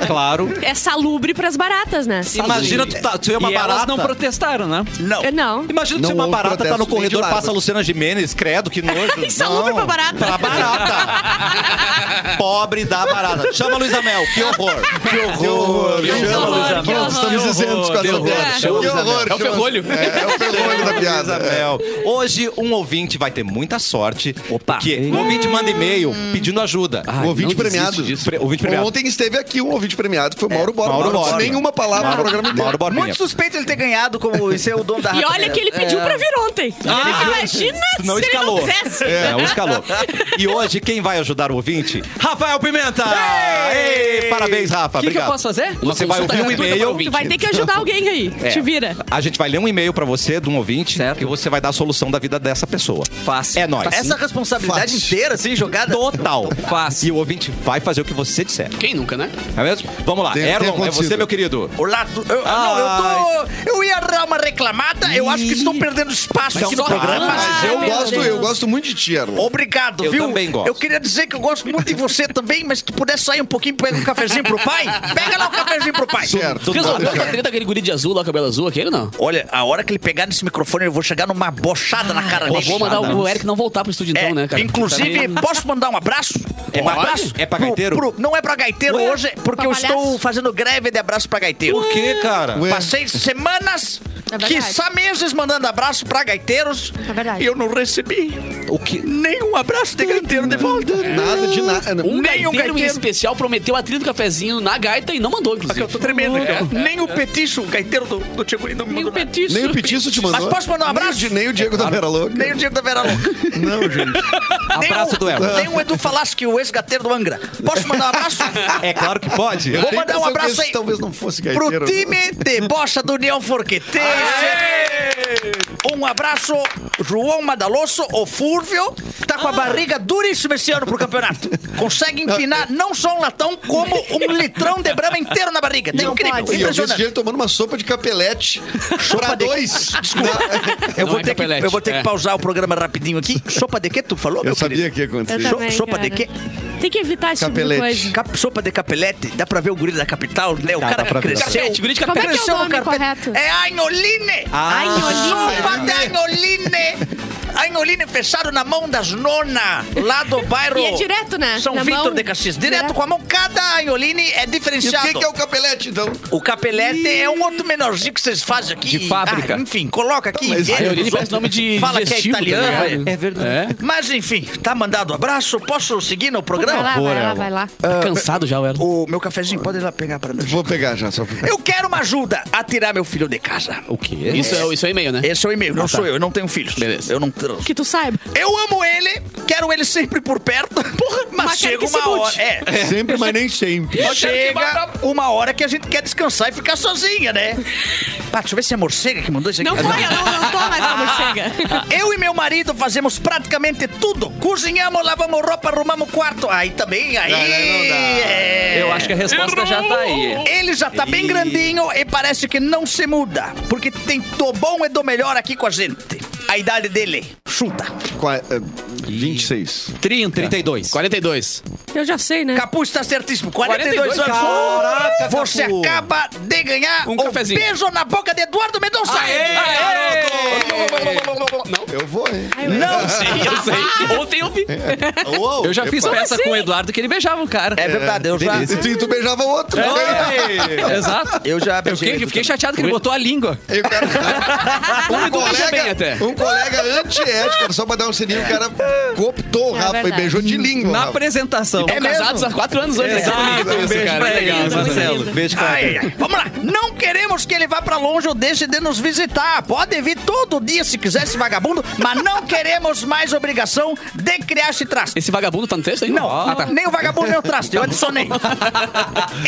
S6: É, claro.
S4: É salubre pras baratas, né?
S1: Imagina tu, tá, tu é uma
S6: e
S1: barata.
S6: elas não protestaram, né?
S5: Não.
S4: Não.
S1: Imagina tu
S3: Não
S1: ser uma
S3: houve
S1: barata, tá
S3: protesto
S1: no
S3: nem de
S1: corredor,
S3: larva.
S1: passa a Luciana Jimenez, credo, que nojo.
S4: Insalubre pra barata.
S1: Pra barata. Pobre da barata. Chama a Luísa Mel, que horror. Que horror.
S3: Que horror,
S4: horror, que
S3: Pronto, estamos
S4: horror.
S3: isentos com essa
S1: Deu horror,
S3: piada. Que
S1: deu horror.
S3: horror.
S2: É o ferrolho.
S3: É, é o ferrolho da
S1: Luísa
S3: piada. é.
S1: Mel. Hoje, um ouvinte vai ter muita sorte.
S6: Opa.
S1: Porque um ouvinte manda e-mail pedindo ajuda.
S3: O ouvinte premiado.
S1: Pre- ouvinte premiado.
S3: Ontem esteve aqui um ouvinte premiado, que foi
S5: É,
S3: o Mauro Borba.
S1: Mauro
S3: Não disse
S1: Borba.
S3: Nenhuma palavra
S1: Mauro-
S3: no programa inteiro.
S1: Mauro Borbinha.
S5: Muito suspeito ele ter ganhado como ser o dono da
S4: E
S5: Rato
S4: olha
S5: Negra.
S4: que ele pediu
S5: É.
S4: pra vir ontem. Ah, Imagina
S1: Tu Ah, não
S4: se
S1: escalou.
S4: ele não quisesse.
S1: É, não escalou. E hoje, quem vai ajudar o ouvinte? Rafael Pimenta! Ei! Parabéns, Rafa.
S6: O que, que eu
S1: Obrigado.
S6: posso fazer?
S1: Você vai
S2: consulta
S1: ouvir um
S2: gratuita para
S1: e-mail.
S2: ouvinte.
S4: Tu vai ter que ajudar alguém aí.
S1: É.
S4: Te vira.
S1: A gente vai ler um e-mail pra você de um ouvinte
S6: Certo.
S1: e você vai dar a solução da vida dessa pessoa.
S6: Fácil.
S1: É nóis.
S5: Essa responsabilidade
S3: Fácil.
S5: inteira, assim, jogada.
S1: Total.
S6: Fácil.
S1: E o ouvinte vai fazer o que você disser.
S2: Quem nunca, né?
S1: É mesmo? Vamos lá.
S3: Tem- tem
S1: Erlon, é
S3: acontecido.
S1: você, meu querido.
S5: Olá, tu- eu, não, eu tô. Eu ia dar uma reclamada, eu acho que estou perdendo espaço aqui no
S1: só
S5: programa.
S1: fala,
S3: Mas
S4: Ai,
S3: eu
S4: meu
S3: gosto, eu
S4: Deus.
S3: gosto muito de ti, Erlon.
S5: assim, Obrigado,
S1: Eu
S5: viu?
S1: também gosto.
S5: Eu queria dizer que eu gosto muito de você também, mas se tu puder sair um pouquinho, pega um cafezinho pro pai. Pega lá um cafezinho pro pai.
S3: Certo.
S2: Resolveu a treta aquele guri de azul lá, cabelo azul, aquele não?
S5: Olha, a hora que ele pegar nesse microfone, eu vou chegar numa bochada na cara
S2: Eu
S5: dele.
S2: vou mandar o Eric não voltar pro estúdio então,
S5: É,
S2: né, cara?
S5: Inclusive,
S2: Também-
S5: posso mandar um abraço? um
S1: pra-
S5: abraço?
S1: é pra gaiteiro?
S5: Pro- pro- não é pra gaiteiro
S1: Ué?
S5: hoje, porque
S4: Pra
S5: eu
S4: palhaço?
S5: estou fazendo greve de abraço pra gaiteiro.
S1: Por quê, cara?
S3: Ué.
S5: Passei semanas,
S4: É verdade.
S5: quiçá meses, mandando abraço pra gaiteiros.
S4: É verdade.
S5: E eu não recebi
S1: O que?
S5: nenhum abraço de gaiteiro de volta.
S3: Nada de nada.
S2: Um
S5: Nem
S2: gaiteiro,
S5: um
S2: em
S5: gaiteiro.
S2: especial prometeu a trilha do cafezinho na gaita e não mandou, inclusive.
S5: Eu tô tremendo, cara. Nem o petiço, o gaiteiro do, do Tio Guri não me
S2: Nem o
S5: mandou nada.
S2: petiço.
S3: Nem o Petiço te mandou.
S5: Mas posso mandar um abraço?
S3: Nem, o Di- nem o Diego da Vera Louca.
S5: Nem o Diego da Vera Louca.
S3: Não, gente.
S1: Abraço
S5: nem o,
S1: do Elton.
S5: Nem o Edu Falaschi, o ex-gateiro do Angra. Posso mandar um abraço?
S1: É claro que pode.
S5: Vou
S3: Tem
S5: mandar
S3: impressão que
S5: um abraço
S3: esse
S5: aí
S3: Talvez não fosse gaiteiro. né?
S5: pro time de bocha do União Forquetense. Um abraço, João Madalosso, o Fúrvio, tá com a barriga duríssima esse ano pro campeonato. Consegue empinar não só um latão, como um litrão de brama inteiro na barriga. Tá incrível,
S3: E eu vi esse
S5: impressionante.
S3: dia ele tomando uma sopa de capelete pra dois. Desculpa.
S5: Eu
S2: Não
S5: vou,
S2: é
S5: ter que,
S2: capelete,
S5: eu vou ter
S2: é.
S5: que pausar o programa rapidinho aqui. Sopa de que tu falou,
S3: Eu
S5: meu
S3: sabia
S5: querido?
S3: que ia acontecer.
S4: Eu também,
S5: sopa de
S4: cara.
S5: quê?
S4: Tem que evitar esse
S3: Capelete.
S4: tipo de coisa.
S5: Cap- sopa de capelete, dá pra ver o guri da capital, né? O
S1: Dá,
S5: cara
S1: dá pra
S5: que
S1: ver.
S5: cresceu.
S2: Capete, guri de
S4: Como é que é o
S5: Cresceu no
S4: nome
S5: carpete.
S4: correto?
S5: É Anholine!
S4: Anholine.
S5: Sopa de Anholine! Anholine fechado na mão das nona, lá do bairro.
S4: E é direto, né?
S5: São
S4: Na
S5: Vitor
S4: mão.
S5: de Caxias. Direto,
S4: Direto.
S5: com a mão, cada Anholine é
S3: E o
S5: diferenciado.
S3: que, que é o capelete, então?
S5: O capelete é um outro menorzinho que vocês fazem aqui.
S6: De fábrica.
S5: Ah, enfim, coloca aqui.
S3: Mas
S5: vende
S2: A Eoline
S5: pros
S2: parece
S5: outros.
S2: nome de
S5: Fala que é
S2: digestivo, tá
S5: italiano.
S2: ligado?
S5: é.
S2: É.
S5: Mas enfim, tá mandado um abraço. Posso seguir no
S4: Vai
S5: programa?
S4: lá, vai lá, vai lá.
S2: Tá
S5: Ah,
S2: cansado já, o Eric.
S5: O meu cafezinho pode ir lá pegar pra mim.
S3: Vou pegar já, só pra
S5: Eu quero uma ajuda a tirar meu filho de casa.
S1: O quê?
S2: Isso é, isso é e-mail, né?
S5: Esse é o e-mail, não sou eu, eu não tenho filhos.
S2: Beleza.
S5: Eu não trouxe.
S4: Que tu saiba.
S5: Eu amo ele, quero ele sempre por perto. Porra, mas,
S4: Mas quero
S5: chega
S4: que se
S5: uma
S4: mude.
S5: hora. É.
S3: Sempre, mas nem sempre.
S5: Mas Chega uma hora que a gente quer descansar e ficar sozinha, né? Pá, deixa eu ver se é morcega que mandou isso aqui.
S4: Não foi, eu não, não tô mais na morcega.
S5: Eu e meu marido fazemos praticamente tudo. Cozinhamos, lavamos roupa, arrumamos quarto. Aí também, aí.
S3: Não, não, não dá.
S5: é.
S6: Eu acho que a resposta já tá aí.
S5: Ele já tá bem grandinho e parece que não se muda. Porque tem do bom e do melhor aqui com a gente. A idade dele. Chuta.
S3: Qua- eh, 26.
S6: 30.
S1: 32.
S2: 42.
S4: Eu já sei, né?
S5: Capu está certíssimo. 42,
S6: 42,
S5: anos.
S1: caraca,
S5: Você
S1: Capu.
S5: acaba de ganhar
S2: Um
S5: um
S2: cafezinho.
S5: beijo na boca de Eduardo Mendonça.
S3: Eu vou, hein?
S5: Não sei.
S2: Eu sei. Ontem eu vi.
S3: Uou,
S6: Eu já fiz um,
S3: epa.
S6: peça com o Eduardo que ele beijava o cara.
S5: É verdade, eu já.
S3: E tu, e tu beijava o outro.
S6: É.
S3: né?
S6: Oi! Exato.
S5: Eu já
S6: Eu fiquei, eu fiquei chateado que ele botou a língua.
S3: Aí o cara-
S6: Um
S3: um
S6: Edu beija bem
S3: colega,
S6: até.
S3: um colega antiético, era só pra dar um sininho, o cara Cooptou o
S4: É
S3: Rafa e
S4: verdade.
S3: beijou de língua.
S6: Na
S3: Rafa.
S6: apresentação.
S2: É casados há quatro anos antes.
S6: Exato.
S1: Ah,
S2: Isso é bonito
S6: Um
S2: isso,
S6: beijo
S2: cara.
S6: pra
S2: É
S6: ele,
S1: tá
S2: legal,
S6: muito
S2: Marcelo.
S4: lindo.
S1: Beijo,
S5: Ai,
S1: cara.
S5: ai, ai. Vamos lá. Não queremos que ele vá pra longe ou deixe de nos visitar. Pode vir todo dia se quiser, esse vagabundo, mas não queremos mais obrigação de criar esse traste.
S2: Esse vagabundo tá no texto aí?
S5: Não,
S2: Ah, tá.
S5: nem o vagabundo nem o traste, eu adicionei.
S3: Tu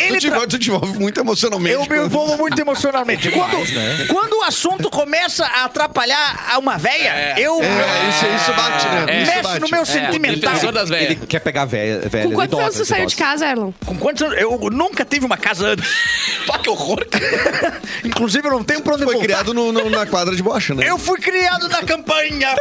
S5: Ele
S3: te,
S5: tra-
S3: envolve- tu te envolve muito emocionalmente.
S5: Eu me
S3: com-
S5: envolvo muito emocionalmente. Quando, quando o assunto começa a atrapalhar a uma véia, eu
S3: É, isso, isso bate, né?
S5: mexe
S3: isso
S5: no
S3: bate.
S5: meu
S2: Defensor
S5: sentimental.
S2: das velhas.
S1: Ele quer pegar velha. velha
S4: Com quantos anos
S1: idosa,
S4: você saiu de
S1: idosa.
S4: casa, Erlon?
S5: Com quantos anos? Eu nunca tive uma casa antes. Pá, que horror. Inclusive, eu não tenho pra onde
S3: Foi
S5: voltar.
S3: criado no- no- na quadra de bocha, né?
S5: Eu fui criado na campanha.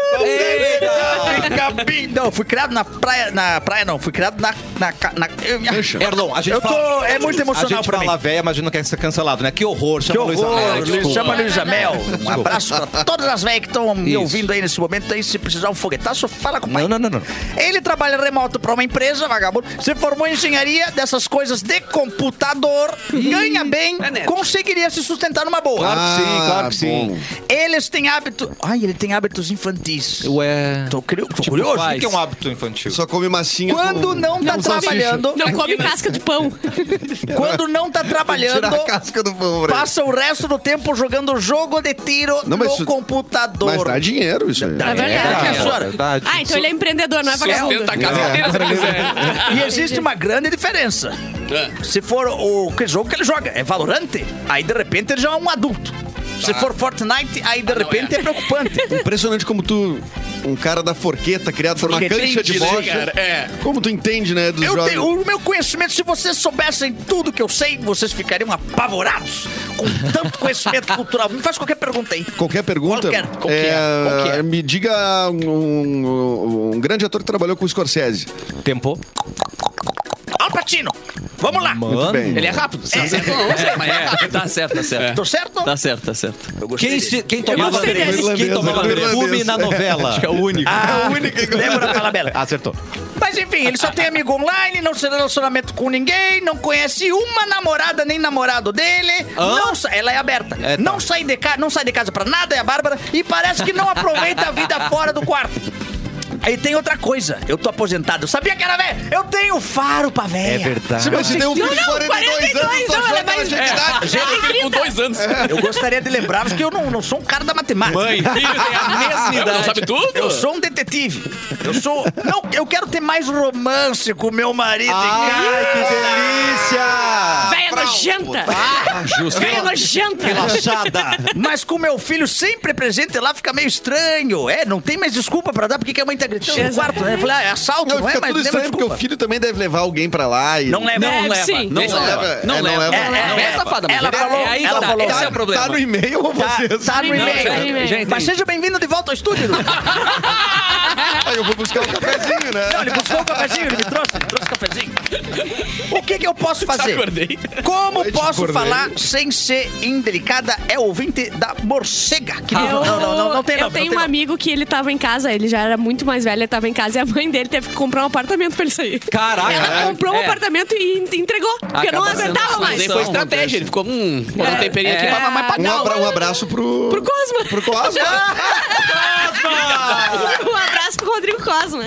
S5: Não, fui criado na praia. Na praia, não. Fui criado na. na, ca- na eu, minha-
S1: Erlon, a gente
S5: eu tô,
S1: fala-
S5: É muito
S1: A
S5: emocional
S1: gente
S5: pra mim.
S1: fala velha, mas a gente não quer ser cancelado, né? Que horror.
S5: Que
S1: Chama a Luísa Mel,
S5: horror, Luiz,
S1: desculpa.
S5: chama a Luísa Mel. Um
S1: Desculpa.
S5: abraço pra todas as velhas que estão me
S1: Isso.
S5: ouvindo aí nesse momento. Aí, se precisar um foguetaço, fala com o pai.
S1: Não, não, não, não.
S5: Ele trabalha remoto pra uma empresa, vagabundo. Se formou em engenharia dessas coisas de computador, ganha bem, conseguiria se sustentar numa boa.
S1: Claro que sim,
S3: Ah,
S1: claro que sim.
S3: bom.
S5: Eles têm hábito. Ai, ele tem hábitos infantis.
S6: Ué.
S5: Tô, cri... Tô curioso.
S1: O que é um hábito infantil?
S3: Só come massinha.
S5: Quando
S3: com-
S5: não tá
S3: com salsicha.
S5: trabalhando,
S4: Não come casca de pão.
S5: quando não tá trabalhando,
S3: Tirar a casca do pão, Breno.
S5: passa o resto do tempo jogando jogo de tiro
S3: Não, mas
S5: no
S3: isso-
S5: computador.
S3: Mas dá dinheiro isso aí.
S4: É verdade.
S5: É,
S4: É.
S5: senhora.
S1: verdade.
S4: Ah, então ele é empreendedor, não é vagabundo.
S2: Sustenta a casa inteira se ele quiser.
S5: E existe uma grande diferença. Se for o que jogo que ele joga, é Valorante, aí de repente ele já é um adulto. Se for Fortnite, aí de repente é. preocupante.
S3: Impressionante como tu, um cara da forqueta, criado por uma
S5: Forqueta,
S3: cancha de
S5: entendi, né,
S3: bocha. Como tu entende, né, dos
S5: Eu
S3: jogos.
S5: tenho, um- o meu conhecimento, se vocês soubessem tudo que eu sei, vocês ficariam apavorados com tanto conhecimento cultural. Me faz qualquer pergunta aí.
S3: Qualquer pergunta,
S5: Qualquer, qualquer,
S3: é,
S5: qualquer.
S3: me diga um, um- um grande ator que trabalhou com o Scorsese.
S1: Tempo.
S5: Al Pacino, vamos lá.
S1: Mano.
S3: bem.
S2: Ele é rápido. Sim, certo. Não, não sei, mas é rápido.
S6: Tá certo, tá certo.
S5: Tô certo?
S6: Tá certo, tá certo.
S5: É. Eu gostei
S1: Quem,
S5: dele.
S1: se- quem tomava,
S4: gostei dele.
S1: quem tomava
S3: Irlandês.
S1: perfume na novela?
S6: Acho que é o único.
S5: Ah, Débora Falabella.
S1: Acertou.
S5: Mas enfim, ele só tem amigo online, não tem relacionamento com ninguém, não conhece uma namorada nem namorado dele. Não sa- ela é aberta.
S1: É, tá.
S5: Não sai de casa, não sai de casa pra nada, é a Bárbara e parece que não aproveita a vida fora do quarto. Aí tem outra coisa, eu tô aposentado. Eu sabia que era velho? Eu tenho faro pra velha.
S1: É verdade.
S3: Se você tem um filho
S4: Não,
S3: de
S4: não,
S3: 42,
S4: 42
S3: anos, só
S4: não, ela
S3: joga
S4: é mais
S3: na antiguidade.
S2: Com dois anos.
S5: Eu gostaria de lembrar que eu não, não sou um cara da matemática.
S6: Mãe, filho, tem a mesma idade.
S2: Não sabe tudo?
S5: Eu sou um detetive. Eu sou. Não, eu quero ter mais romance com meu marido
S1: Ah,
S5: em casa.
S1: Ai, que delícia!
S4: Véia é nojenta.
S6: Justo.
S4: Véia nojenta.
S1: Relaxada.
S5: Mas com meu filho sempre presente lá fica meio estranho. É, não tem mais desculpa pra dar, porque que a mãe tá gritando no quarto, né? Eu falei, ah, é assalto, não,
S3: Não,
S5: é?
S3: fica
S5: Mas
S3: tudo
S5: não tem mais
S3: estranho porque o
S5: desculpa.
S3: filho também deve levar alguém pra lá. E...
S5: Não é leva.
S6: Não
S4: Deve
S6: leva.
S4: sim.
S6: Não
S4: Deve
S6: leva.
S3: ser.
S6: Não
S3: É, não
S6: leva.
S3: leva.
S5: É, é,
S6: Não
S5: é.
S6: é safada, mas
S5: Ela falou,
S6: é aí que
S5: ela
S6: tá.
S5: falou.
S6: Esse é o
S5: Tá
S3: Tá
S6: problema.
S3: no e-mail ou
S5: Tá,
S3: vocês?
S5: tá no
S4: Não,
S5: e-mail.
S4: tá no e-mail.
S6: Gente,
S5: Mas seja bem-vindo de volta ao estúdio.
S3: Aí eu vou buscar um cafezinho,
S5: Não, ele
S3: né?
S5: buscou o cafezinho, ele me trouxe, ele trouxe o cafezinho. O que que eu posso fazer?
S2: Acordei.
S5: Como
S3: Noite,
S5: posso
S3: acordei.
S5: falar sem ser indelicada? É ouvinte da morcega.
S6: Ah,
S5: Que
S4: Eu,
S5: não, não, não, não tem
S4: Ah. eu tenho
S5: nome, não tem
S4: um
S5: nome.
S4: amigo que ele tava em casa, ele já era muito mais velho, ele tava em casa e a mãe dele teve que comprar um apartamento pra ele sair.
S6: Caraca.
S4: Ela comprou um
S6: É.
S4: apartamento e en- entregou, porque não
S6: Acaba sendo
S4: aguentava
S6: uma
S4: mais.
S2: Mas aí foi
S6: Não,
S2: estratégia. Ele ficou, hum, vou dar um temperinho aqui
S6: É.
S2: pra mamar pra
S3: Um,
S2: cá.
S3: abra- um abraço pro... Ah,
S4: Pro Cosma.
S3: Pro Cosma.
S4: um abraço pro Rodrigo Cosma.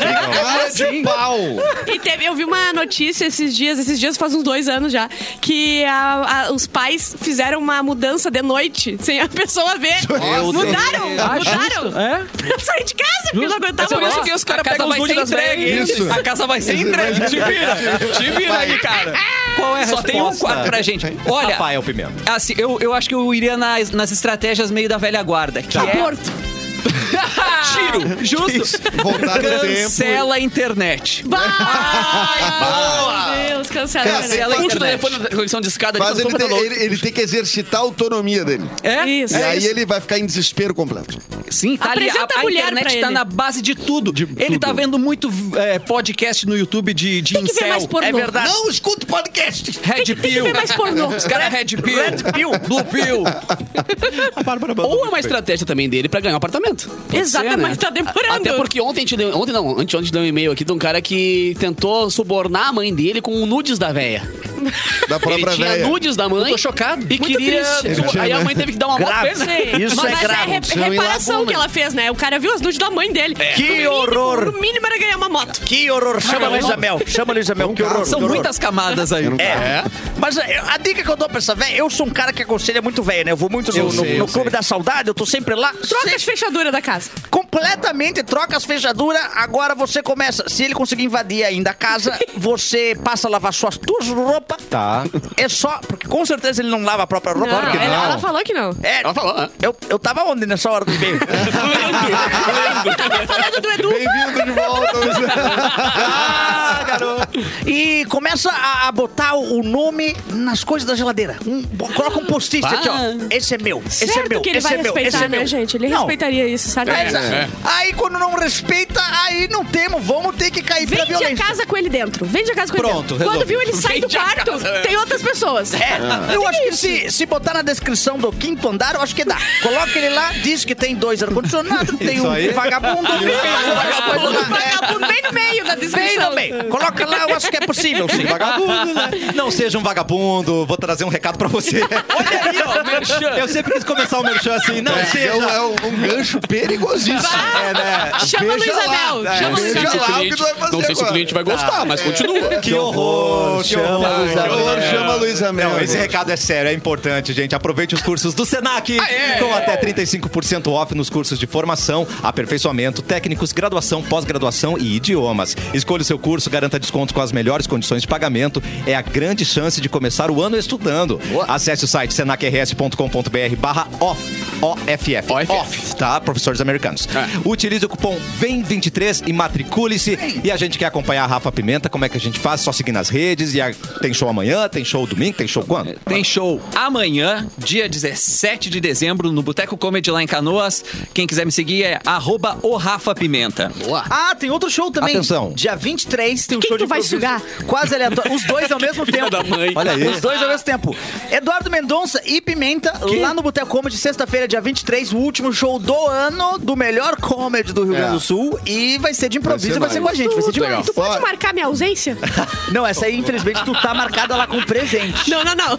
S3: Cara de pau.
S4: E teve, eu vi uma notícia esses dias, esses dias faz uns dois anos já, que a- a- os pais fizeram uma mudança de noite, sem a pessoa ver.
S1: Meu Deus.
S4: mudaram,
S6: Ah,
S4: mudaram.
S6: justo. É?
S4: Eu saí de casa, porque eu
S6: É
S4: não aguentava
S6: por
S4: mais.
S6: isso que os caras pegam os
S2: vai
S6: nudes
S2: ser
S6: das velhas.
S3: entregue. Isso.
S6: A casa vai ser entregue. Te vira. Te vira aí, cara. Qual é a Só tem um
S1: resposta?
S6: quarto pra gente. Olha,
S1: Rafael Pimenta.
S6: assim, eu, eu acho que eu iria nas, nas estratégias meio da velha guarda. Que é...
S4: Aborto.
S6: Tiro. Justo.
S3: Voltar no tempo.
S6: Cancela a internet.
S4: Bah! Meu Deus, cancela.
S3: Cancela
S6: Cancela a
S2: Puxa
S4: né?
S2: o
S6: internet.
S2: telefone da conexão de escada.
S3: Mas ele tem, ele- ele tem que exercitar a autonomia dele.
S6: É?
S4: Isso.
S3: E aí
S4: isso.
S3: ele vai ficar em desespero completo.
S6: Sim, tá ali.
S4: Apresenta
S6: A,
S4: a
S6: a
S4: mulher pra
S6: internet tá
S4: ele.
S6: na base de tudo. ele tá vendo muito é, podcast no YouTube de, de
S4: Tem que ver
S6: incel.
S4: mais pornô.
S5: É verdade.
S3: Não escuta podcast.
S6: Red
S4: Tem que
S6: Pill.
S4: ver mais pornô.
S6: Os caras Red Pill. Red Pill. Blue Pill.
S2: Ou é uma estratégia também dele pra ganhar um apartamento. Pode
S4: Exatamente,
S2: ser, né?
S4: tá demorando.
S2: Até porque ontem a gente deu, ontem não, antes ontem deu um e-mail aqui de um cara que tentou subornar a mãe dele com nudes da véia.
S3: Da
S2: Ele
S3: própria
S2: tinha
S3: véia. né?
S2: nudes da mãe.
S6: Eu tô chocado.
S2: E
S6: Muito
S2: queria.
S6: triste.
S2: Ele tinha, Aí a mãe teve que dar uma mó
S5: Grave.
S2: pena.
S5: Isso
S4: Mas
S5: é
S4: é,
S5: grave.
S4: re-
S3: Isso é um
S4: reparação
S3: ilaguna.
S4: que ela fez, né? O cara viu as nudes da mãe dele.
S5: É. Que
S4: No mínimo-
S5: horror.
S4: No mínimo era ganhar uma moto.
S5: Que horror. Chama a Luísa Mel. Chama a Luísa Mel. Que horror.
S6: São
S5: que horror.
S6: muitas camadas aí.
S5: É. Mas é, a dica que eu dou pra essa velha, eu sou um cara que aconselha muito velho, né? Eu vou muito no, no- no Clube da Saudade, eu tô sempre lá.
S4: Troca
S5: Sempre
S4: as fechaduras da casa.
S5: completamente troca as fechaduras, agora você começa. Se ele conseguir invadir ainda a casa, você passa a lavar suas duas roupas.
S1: Tá.
S5: É só, porque com certeza ele não lava a própria roupa.
S4: Não, ela, ela falou que não.
S5: É,
S2: Ela falou, né?
S5: eu, eu tava onde nessa hora do meio? é
S4: Tá falando do Edu.
S3: Bem-vindo de volta.
S5: e começa a, a botar o o nome nas coisas da geladeira. Um, bo- coloca um post-it aqui, ó. Esse é meu, esse é
S4: certo
S5: meu,
S4: que ele
S5: esse
S4: vai
S5: é meu,
S4: respeitar,
S5: esse é
S4: né,
S5: meu.
S4: gente? Ele
S5: Não. É.
S4: respeitaria isso, sabe?
S5: Mas,
S1: É.
S5: Aí quando não respeita, aí não temos, vamos ter que cair pra
S4: Vende a
S5: violência.
S4: casa com ele dentro. Vende a casa com
S1: Pronto,
S4: ele dentro.
S1: resolvido.
S4: Quando viu, ele sai do
S2: Vende a
S4: quarto,
S2: casa.
S4: tem outras pessoas.
S5: É,
S1: Ah.
S5: eu acho que se, se botar na descrição do quinto andar, eu acho que dá. Coloca ele lá, diz que tem dois ar-condicionado, tem
S1: Isso
S5: um
S1: aí.
S5: vagabundo, tem um vagabundo
S4: Um
S5: lá.
S4: vagabundo bem no meio da
S5: É, Bem
S4: descrição.
S5: também. Coloca lá, eu acho que é possível,
S3: um
S5: sim.
S1: Vagabundo, né? Não seja um vagabundo, vou trazer um recado pra você. Eu sempre quis começar o merchan assim, não
S3: É, um-
S1: seja.
S3: é um, um gancho perigosíssimo.
S1: É, né?
S4: Chama a
S3: Veja
S4: Luísa
S3: lá, É,
S4: Mel.
S2: é,
S4: Chama a Luísa
S3: Veja
S4: Mel.
S3: lá o que tu vai fazer
S2: Não sei se o
S3: agora. Ah.
S2: cliente vai gostar, mas continua.
S1: Que horror, que horror.
S3: Chama a Luísa Mel. Chama a Luísa Mel.
S1: Não, esse recado é sério, é importante, gente. Aproveite os cursos do Senac com até 35% off nos cursos de formação, aperfeiçoamento, técnicos, graduação, pós-graduação e idiomas. Escolha o seu curso, garanta desconto com as melhores condições de pagamento. É a grande chance de começar o ano estudando. Acesse o site senacrs.com.br barra off, OFF,
S6: OFF.
S1: off, tá? Professores americanos. Utilize o cupom VEM23 e matricule-se. E a gente quer acompanhar a Rafa Pimenta, como é que a gente faz? Só seguir nas redes. E a- tem show amanhã, tem show domingo, tem show quando?
S6: Tem show amanhã, dia 17 de dezembro, no Boteco Comedy lá em Canoas. Quem quiser me seguir é arroba o Rafa Pimenta.
S5: Ah, tem outro show também.
S1: Atenção.
S5: Dia 23 tem um
S4: Quem
S5: show
S4: tu
S5: de
S4: vai
S5: improviso.
S4: sugar?
S5: Quase aleatório. Os dois ao mesmo tempo.
S6: da mãe.
S1: Olha aí.
S5: Os dois ao mesmo tempo. Eduardo Mendonça e Pimenta, lá no Boteco Comedy, sexta-feira, dia 23, o último show do ano do melhor comedy do
S1: É.
S5: Rio Grande do Sul. E vai ser de improviso, vai
S3: Vai
S5: ser,
S3: ser
S5: com a gente, vai ser de
S4: Tu, tu pode
S3: Ó.
S4: marcar minha ausência?
S5: Não, essa aí, infelizmente, tu tá marcada lá com presente.
S4: Não, não, não.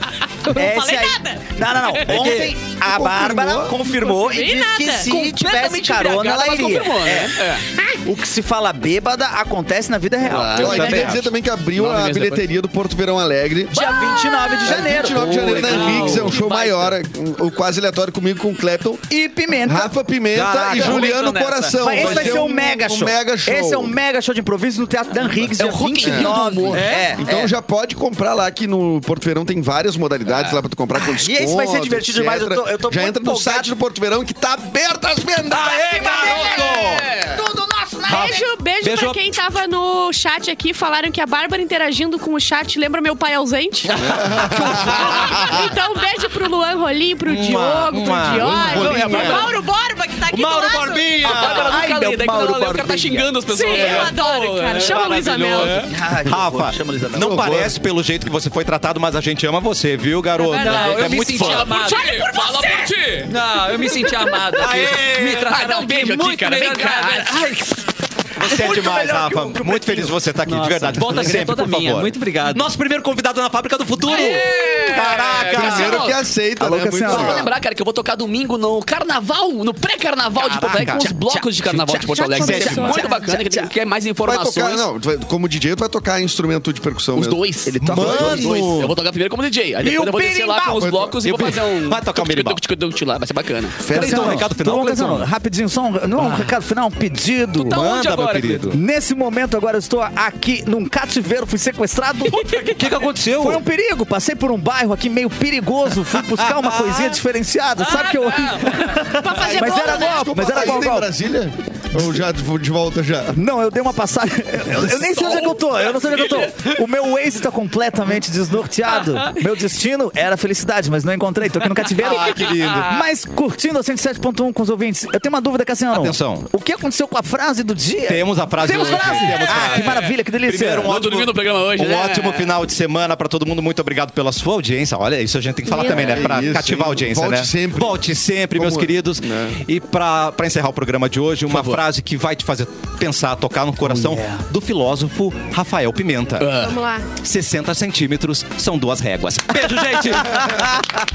S4: Eu
S1: É
S4: não
S5: Essa
S4: falei
S5: É aí-
S4: nada.
S5: Não, não, não. Ontem a Bárbara confirmou e
S4: Confirmei
S5: disse que
S4: nada.
S5: se tivesse carona, ela
S6: mas
S5: iria.
S6: confirmou, né?
S5: É. O que se fala bêbada acontece na vida real. Então,
S3: Eu
S5: Dia
S3: queria dizer também que abriu
S6: Nove
S3: a
S6: meses
S3: bilheteria do Porto Verão Alegre.
S5: 29 de
S3: É,
S5: janeiro.
S3: 29 de janeiro na
S6: legal.
S3: Henriques, é um show
S6: Que baita.
S3: maior. O quase aleatório comigo com o Clapton.
S5: E Pimenta.
S3: Rafa Pimenta
S6: Caraca,
S3: e Juliano
S6: arrebentando nessa.
S3: Coração.
S5: Vai- esse vai ser um, mega show.
S3: Ah, Um mega show.
S5: Esse é um mega show de improviso no Teatro Dan Riggs, dia
S6: o Rock in Rio do
S5: 29.
S6: humor.
S5: É,
S3: Então
S5: é.
S3: já pode comprar lá, que no Porto Verão tem várias modalidades lá pra tu comprar com desconto.
S5: Ah, esse vai ser divertido demais, eu tô- eu tô
S3: Já
S5: muito
S3: entra no
S5: empolgado.
S3: site do Porto Verão que tá aberto as vendas.
S1: Aê, garoto!
S4: Tudo nosso, né? Beijo, beijo,
S6: Beijo.
S4: pra quem tava no chat aqui. Falaram que a Bárbara interagindo com o chat lembra meu pai ausente. então, beijo pro Luan Rolim, pro Diogo,
S1: uma-
S4: pro Diogo,
S1: um
S4: pro
S1: Rolinho.
S4: Mauro Borba, que tá aqui
S1: Mauro
S4: do lado.
S1: Borbinha!
S6: Bárbara
S5: Ai,
S6: nunca
S5: meu
S6: lê, daí quando ela lê, o cara tá
S5: Mauro
S6: xingando as
S4: Sim,
S6: pessoas.
S4: eu
S6: né?
S4: adoro, cara. Chama a Luísa Mel.
S5: Ai, que horror.
S1: Rafa,
S5: ah, Chama a Elizabeth.
S1: não parece pelo jeito que você foi tratado, mas a gente ama você, viu, garoto?
S4: É
S1: A
S4: verdade.
S1: gente
S6: Não,
S1: é
S6: eu me
S1: muito
S6: senti
S1: fã.
S6: amado.
S4: Fala por
S6: Fala por ti! Não, eu me senti amado. aqui.
S1: Aê!
S6: Me
S2: Ah, dá
S6: trataram
S2: um beijo aqui,
S6: muito
S2: cara, vem
S6: melhor.
S2: cá.
S6: Ai,
S1: Você é
S5: Muito
S1: demais,
S5: melhor que o-
S1: Rafa.
S5: que o
S1: Muito feliz de você estar aqui, de
S6: Nossa,
S1: verdade.
S6: volta a alegria
S1: Sempre,
S6: toda
S1: por
S6: minha.
S1: favor.
S6: Muito obrigado.
S1: Nosso primeiro convidado na Fábrica do Futuro! Caraca!
S3: Primeiro
S2: Cassiano.
S3: que aceita,
S5: Alô,
S3: né? Muito
S5: Cassiano.
S2: Só pra
S3: legal.
S2: lembrar, cara, que eu vou tocar domingo no carnaval, no pré-carnaval de Porto Alegre, com os blocos de carnaval de Porto Alegre. Vai ser muito bacana, que quem quer mais
S3: Vai
S2: informações.
S3: tocar, não, tu vai- como DJ tu vai tocar instrumento de percussão
S2: Os
S3: mesmo.
S2: dois. Ele
S3: toca os dois.
S2: dois. Eu vou tocar primeiro como DJ. Aí depois eu vou descer lá com os blocos e vou fazer um.
S1: Vai tocar o berimbau.
S2: lá, vai ser bacana.
S1: Peraí, então,
S5: Cassiano,
S1: recado final,
S5: então, Cassiano,
S1: Cleiton.
S5: Rapidinho, só um, não, um recado final, um pedido.
S6: Tá onde
S1: Manda, meu
S6: agora,
S1: querido.
S5: Nesse momento, agora eu estou aqui num cativeiro, fui sequestrado. O que, aconteceu? Foi um perigo, passei por um bairro aqui meio perigoso, fui buscar uma coisinha diferenciada, sabe que eu.
S4: Pra fazer
S5: Mas
S4: bolo, né?
S5: era golpe,
S3: Desculpa,
S5: mas era
S3: tá ainda em
S5: golpe.
S3: Brasília? Ou já de de volta já?
S5: Não, eu dei uma passada. Eu, eu nem sei onde é que eu tô. Eu não sei onde é que eu tô. O meu Waze tá completamente desnorteado. Meu destino era felicidade, mas não encontrei. Tô aqui no cativeiro.
S1: Ah, que lindo.
S5: Mas curtindo a 107.1 com os ouvintes. Eu tenho uma dúvida, Cassiano.
S1: Atenção.
S5: O que aconteceu com a frase do dia?
S1: Temos a frase
S5: Temos
S1: hoje.
S5: frase?
S1: Temos
S5: ah,
S1: frase.
S5: que maravilha, que delícia.
S1: Primeiro, um
S2: Não
S1: ótimo,
S2: dormiu no programa hoje,
S1: um
S2: né?
S1: ótimo final de semana pra todo mundo. Muito obrigado pela sua audiência. Olha, isso a gente tem que falar
S4: Meu
S1: também, né? Pra
S3: Deus.
S1: cativar a audiência,
S3: Volte
S1: né?
S3: sempre.
S1: Volte sempre, meus
S3: Vamos,
S1: queridos.
S3: né?
S1: E pra, pra encerrar o programa de hoje, uma
S2: favor.
S1: frase que vai te fazer pensar, tocar no coração
S3: Oh,
S1: do filósofo Rafael Pimenta.
S4: Vamos lá.
S1: 60 centímetros são duas réguas. Beijo, gente!